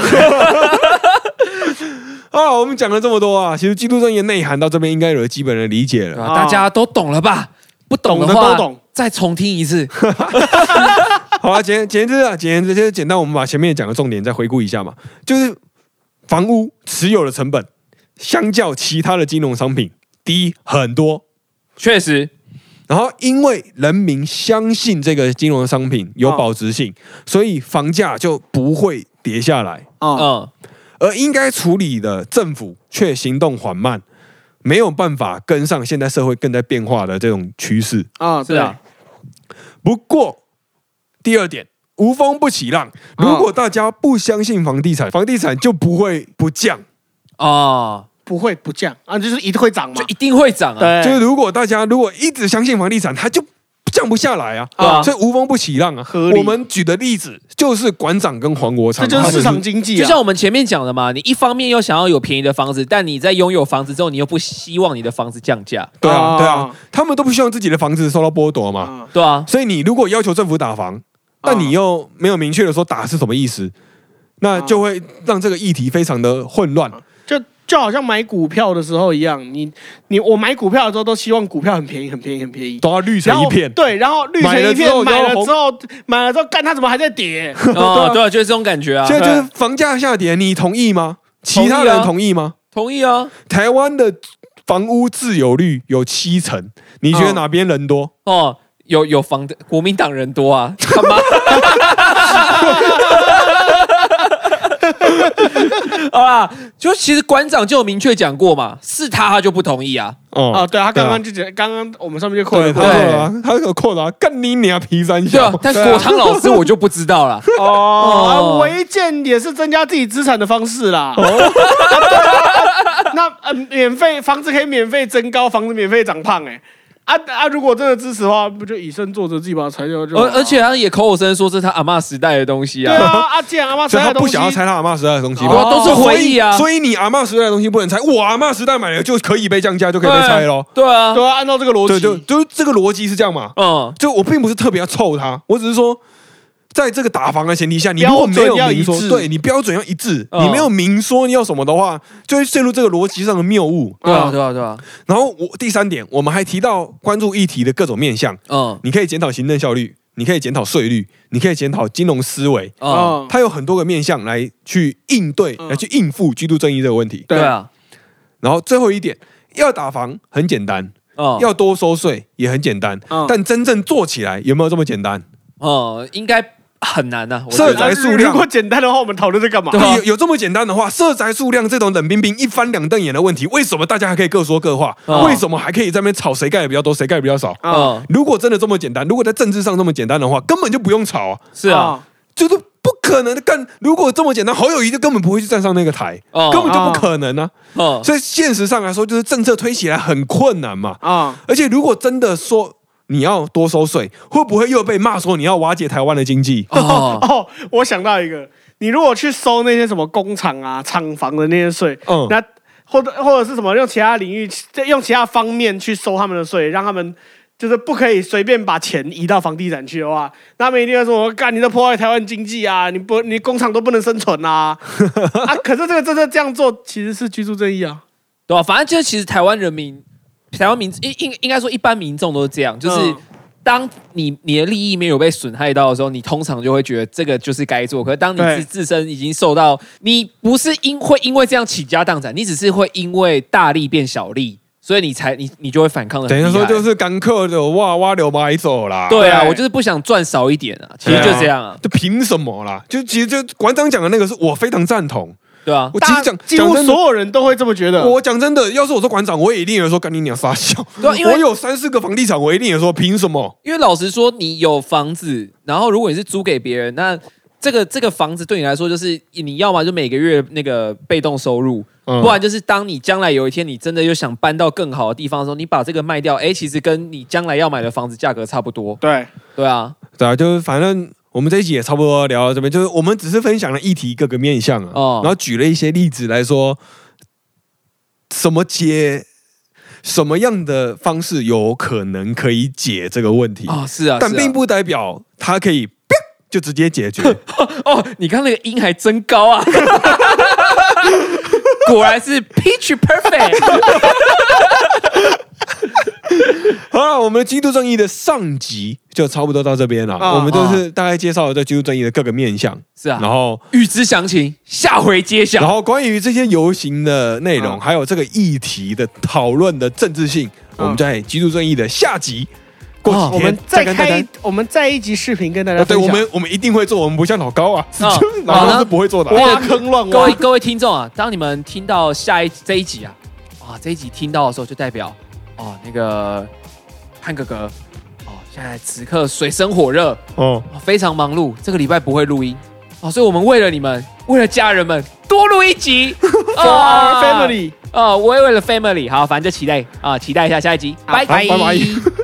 Speaker 1: 啊，我们讲了这么多啊，其实基督正言内涵到这边应该有了基本的理解
Speaker 2: 对
Speaker 1: 了。
Speaker 2: 吧啊大家都懂了吧？不懂的
Speaker 3: 懂
Speaker 2: 话，
Speaker 3: 的都懂
Speaker 2: 再重听一次。
Speaker 1: 好啊，简简言之啊，简言之就是简单，我们把前面讲的重点再回顾一下嘛，就是房屋持有的成本相较其他的金融商品低很多。
Speaker 2: 确实，
Speaker 1: 然后，因为人民相信这个金融商品有保值性，所以房价就不会跌下来。
Speaker 3: 啊，
Speaker 2: 嗯，
Speaker 1: 而应该处理的政府却行动缓慢，没有办法跟上现在社会更在变化的这种趋势。
Speaker 3: 啊，
Speaker 2: 是啊，
Speaker 1: 不过，第二点，无风不起浪。
Speaker 3: 嗯
Speaker 1: 如果大家不相信房地产，房地产就不会不降。
Speaker 2: 哦，
Speaker 3: 对，不会不降啊，就是一定会涨嘛
Speaker 2: 就，一定会涨啊。
Speaker 3: 对，
Speaker 1: 就是如果大家如果一直相信房地产，它就降不下来啊。
Speaker 2: 对啊
Speaker 1: 所以无风不起浪啊
Speaker 3: 合。理
Speaker 1: 我们举的例子就是馆长跟黄国
Speaker 3: 这
Speaker 1: 昌，
Speaker 3: 就是市
Speaker 1: 他
Speaker 3: 场
Speaker 1: 们
Speaker 3: 经济
Speaker 2: 就
Speaker 3: 啊
Speaker 2: 像。我们前面讲的嘛，你一方面又想要有便宜的房子，但你在拥有房子之后，你又不希望你的房子降价，
Speaker 1: 对啊
Speaker 3: 啊
Speaker 1: 对啊，他们都不希望自己的房子受到剥夺嘛。
Speaker 3: 啊
Speaker 2: 对啊，
Speaker 1: 所以你如果要求政府打房，但你又没有明确的说打是什么意思，那就会让这个议题非常的混
Speaker 3: 啊
Speaker 1: 乱。
Speaker 3: 就就好像买股票的时候一样，你你我买股票的时候都希望股票很便宜，很便宜，很便宜。
Speaker 1: 都要绿
Speaker 3: 然
Speaker 1: 成
Speaker 3: 后
Speaker 1: 一片，
Speaker 3: 对，然后绿成一片，
Speaker 1: 买
Speaker 3: 买
Speaker 1: 了
Speaker 3: 了
Speaker 1: 之
Speaker 3: 之后，买了之后，干它怎么还在跌？
Speaker 2: 哦，对啊，就是这种感觉啊。
Speaker 1: 现在就是房价下跌，你同意吗？
Speaker 3: 啊
Speaker 1: 其他人同意吗？
Speaker 2: 同意啊，
Speaker 1: 台湾的房屋自有率有七成，你觉得
Speaker 3: 嗯
Speaker 1: 哪边人多？
Speaker 2: 哦，有有房的国民党人多啊，干嘛？ 好啦，就其实馆长就有明确讲过嘛，是他他就不同意啊。
Speaker 1: 哦、
Speaker 3: 啊，对他刚刚
Speaker 1: 对啊
Speaker 3: 就讲，刚刚我们上面就扣
Speaker 1: 对
Speaker 3: 了
Speaker 1: 他
Speaker 3: 过
Speaker 1: 扣
Speaker 2: 对
Speaker 1: 了啊，他有扣了啊，干你娘皮三
Speaker 2: 对啊
Speaker 1: 小，，
Speaker 2: 但
Speaker 3: 对啊
Speaker 2: 果堂老师我就不知道了。
Speaker 3: 哦，啊违建也是增加自己资产的方式啦。
Speaker 1: 哦
Speaker 3: 啊那呃，免费房子可以免费增高，房子免费长胖，哎，啊啊，如果真的支持的话，不就以身作则，自己把它拆掉就 好
Speaker 2: 而
Speaker 3: 了。
Speaker 2: 而且他也口口声声说这是他阿嬷时代的东西
Speaker 3: 对
Speaker 2: 啊。
Speaker 3: 啊，啊，既然阿妈
Speaker 1: 所
Speaker 3: 拆
Speaker 1: 以他
Speaker 3: 的东
Speaker 1: 不
Speaker 3: 西
Speaker 1: 想要拆他阿妈时代的东西嘛。
Speaker 2: 哦都是回忆啊
Speaker 1: 所以所以你阿妈时代的东西不能拆，我阿妈时代买了就可以被降价，就可以被拆咯。
Speaker 2: 对啊，
Speaker 3: 对啊，按照这个逻
Speaker 1: 对，
Speaker 3: 辑，
Speaker 1: 就就是这个逻辑是这样嘛？
Speaker 2: 嗯，
Speaker 1: 就我并不是特别要凑他，我只是说，在这个打房的前提下，你如果没有明
Speaker 3: 标准
Speaker 1: 说
Speaker 3: 要一，致
Speaker 1: 对你标准要一致，
Speaker 2: 嗯
Speaker 1: 你没有明说你要什么的话，就会陷入这个逻辑上的谬误。
Speaker 2: 对啊，对啊，对啊，
Speaker 1: 然后我第三点，我们还提到关注议题的各种面向，
Speaker 2: 嗯
Speaker 1: 你可以检讨行政效率，你可以检讨税率，你可以检讨金融思维，
Speaker 2: 嗯，
Speaker 1: 它有很多个面向来去应对，
Speaker 3: 嗯
Speaker 1: 来去应付居住正义这个问题。
Speaker 2: 对啊，
Speaker 1: 然后最后一点，要打房很简单，
Speaker 2: 嗯，
Speaker 1: 要多收税也很简单
Speaker 3: 嗯，
Speaker 1: 但真正做起来有没有这么简单？
Speaker 2: 嗯，应该很难呐。我觉
Speaker 1: 社
Speaker 2: 得
Speaker 1: 宅数量
Speaker 3: 如果简单的话，我们讨论这干嘛
Speaker 2: 啊对？啊
Speaker 1: 有有这么简单的话，社宅数量这种冷冰冰一翻两瞪眼的问题，为什么大家还可以各说各话？
Speaker 2: 哦
Speaker 1: 为什么还可以在那边吵谁盖的比较多，谁盖的比较少？
Speaker 3: 啊，
Speaker 2: 嗯，
Speaker 1: 如果真的这么简单，如果在政治上这么简单的话，根本就不用吵啊，
Speaker 2: 是啊，
Speaker 1: 就是不可能的。干，如果这么简单，侯友谊就根本不会去站上那个台，
Speaker 2: 哦
Speaker 1: 根本就不可能啊。
Speaker 2: 嗯，
Speaker 1: 所以现实上来说，就是政策推起来很困难嘛。
Speaker 3: 啊
Speaker 1: 而且如果真的说你要多收税，会不会又被骂说你要瓦解台湾的经济？
Speaker 3: 哦
Speaker 2: 哦，
Speaker 3: 哦，我想到一个，你如果去收那些什么工厂啊、厂房的那些税，
Speaker 1: 嗯
Speaker 3: 那或者或者是什么用其他领域、用其他方面去收他们的税，让他们。就是不可以随便把钱移到房地产去的话，那他们一定会说：“干，你这破坏台湾经济啊！你不，你工厂都不能生存 啊！”啊，可是这个真的这样做其实是居住正义啊。
Speaker 2: 对啊，反正就是其实台湾人民，台湾民应应应该说一般民众都是这样，就是
Speaker 3: 嗯
Speaker 2: 当你你的利益没有被损害到的时候，你通常就会觉得这个就是该做。可是当你
Speaker 3: 对
Speaker 2: 自自身已经受到，你不是因会因为这样起家荡产，你只是会因为大利变小利，所以你才你你就会反抗的。
Speaker 1: 等于说就是干客的哇哇流买走啦。
Speaker 2: 对啊，
Speaker 3: 对
Speaker 2: 我就是不想赚少一点啊，其实就这样啊，
Speaker 1: 就凭什么啦？就其实就馆长讲的那个是我非常赞同。
Speaker 2: 对啊，
Speaker 1: 我其实
Speaker 3: 大
Speaker 1: 讲
Speaker 3: 几乎
Speaker 1: 讲真的，
Speaker 3: 所有人都会这么觉得。
Speaker 1: 我讲真的，要是我做馆长，我也一定有人说干你娘傻笑。
Speaker 2: 对啊因为
Speaker 1: 我有三四个房地产，我一定也说凭什么？
Speaker 2: 因为老实说，你有房子，然后如果你是租给别人，那这个这个房子对你来说，就是你要么就每个月那个被动收入，
Speaker 1: 嗯
Speaker 2: 不然就是当你将来有一天你真的又想搬到更好的地方的时候，你把这个卖掉，哎，其实跟你将来要买的房子价格差不多，
Speaker 3: 对，
Speaker 2: 对啊，
Speaker 1: 对啊，就是反正我们这一集也差不多聊到这边，就是我们只是分享了议题各个面向啊，
Speaker 2: 哦
Speaker 1: 然后举了一些例子来说，什么解，什么样的方式有可能可以解这个问题，
Speaker 2: 哦，是啊，
Speaker 1: 但
Speaker 2: 是啊
Speaker 1: 并不代表它可以。就直接解决，
Speaker 2: 哦，你刚那个音还真高啊！ 果然是 pitch perfect。
Speaker 1: 好了，我们的《基督正义》的上集就差不多到这边了。
Speaker 3: 啊
Speaker 1: 我们就是大概介绍了这《基督正义》的各个面向，
Speaker 2: 是啊
Speaker 1: 然后
Speaker 2: 预知详情，下回揭
Speaker 1: 然
Speaker 2: 晓。
Speaker 1: 后关于这些游行的内容，
Speaker 3: 嗯
Speaker 1: 还有这个议题的讨论的政治性，我们在《基督正义》的下集过
Speaker 2: 哦
Speaker 1: 几
Speaker 3: 啊我
Speaker 1: 天
Speaker 3: 们再
Speaker 1: 跟大
Speaker 3: 开
Speaker 1: 家
Speaker 3: 一。，我们再一集视频跟大家
Speaker 1: 啊
Speaker 3: 分
Speaker 1: 对，
Speaker 3: 享。
Speaker 1: 我们我们一定会做，我们不像老高啊，是
Speaker 2: 嗯
Speaker 1: 老
Speaker 2: 好
Speaker 1: 高
Speaker 2: 的
Speaker 1: 是不会做的啊。
Speaker 3: 挖坑乱
Speaker 2: 各
Speaker 3: 挖
Speaker 2: 位。各位听众啊，当你们听到下一这一集啊，啊这一集听到的时候，就代表哦那个汉哥哥哦现在此刻水深火热，
Speaker 1: 哦，
Speaker 2: 哦非常忙碌，这个礼拜不会录音哦，所以我们为了你们，为了家人们，多录一集 哦
Speaker 3: For our family。
Speaker 2: 哦，我也为了 family，好，反正就期待啊、期待一下下一集，
Speaker 3: 好拜
Speaker 1: 拜拜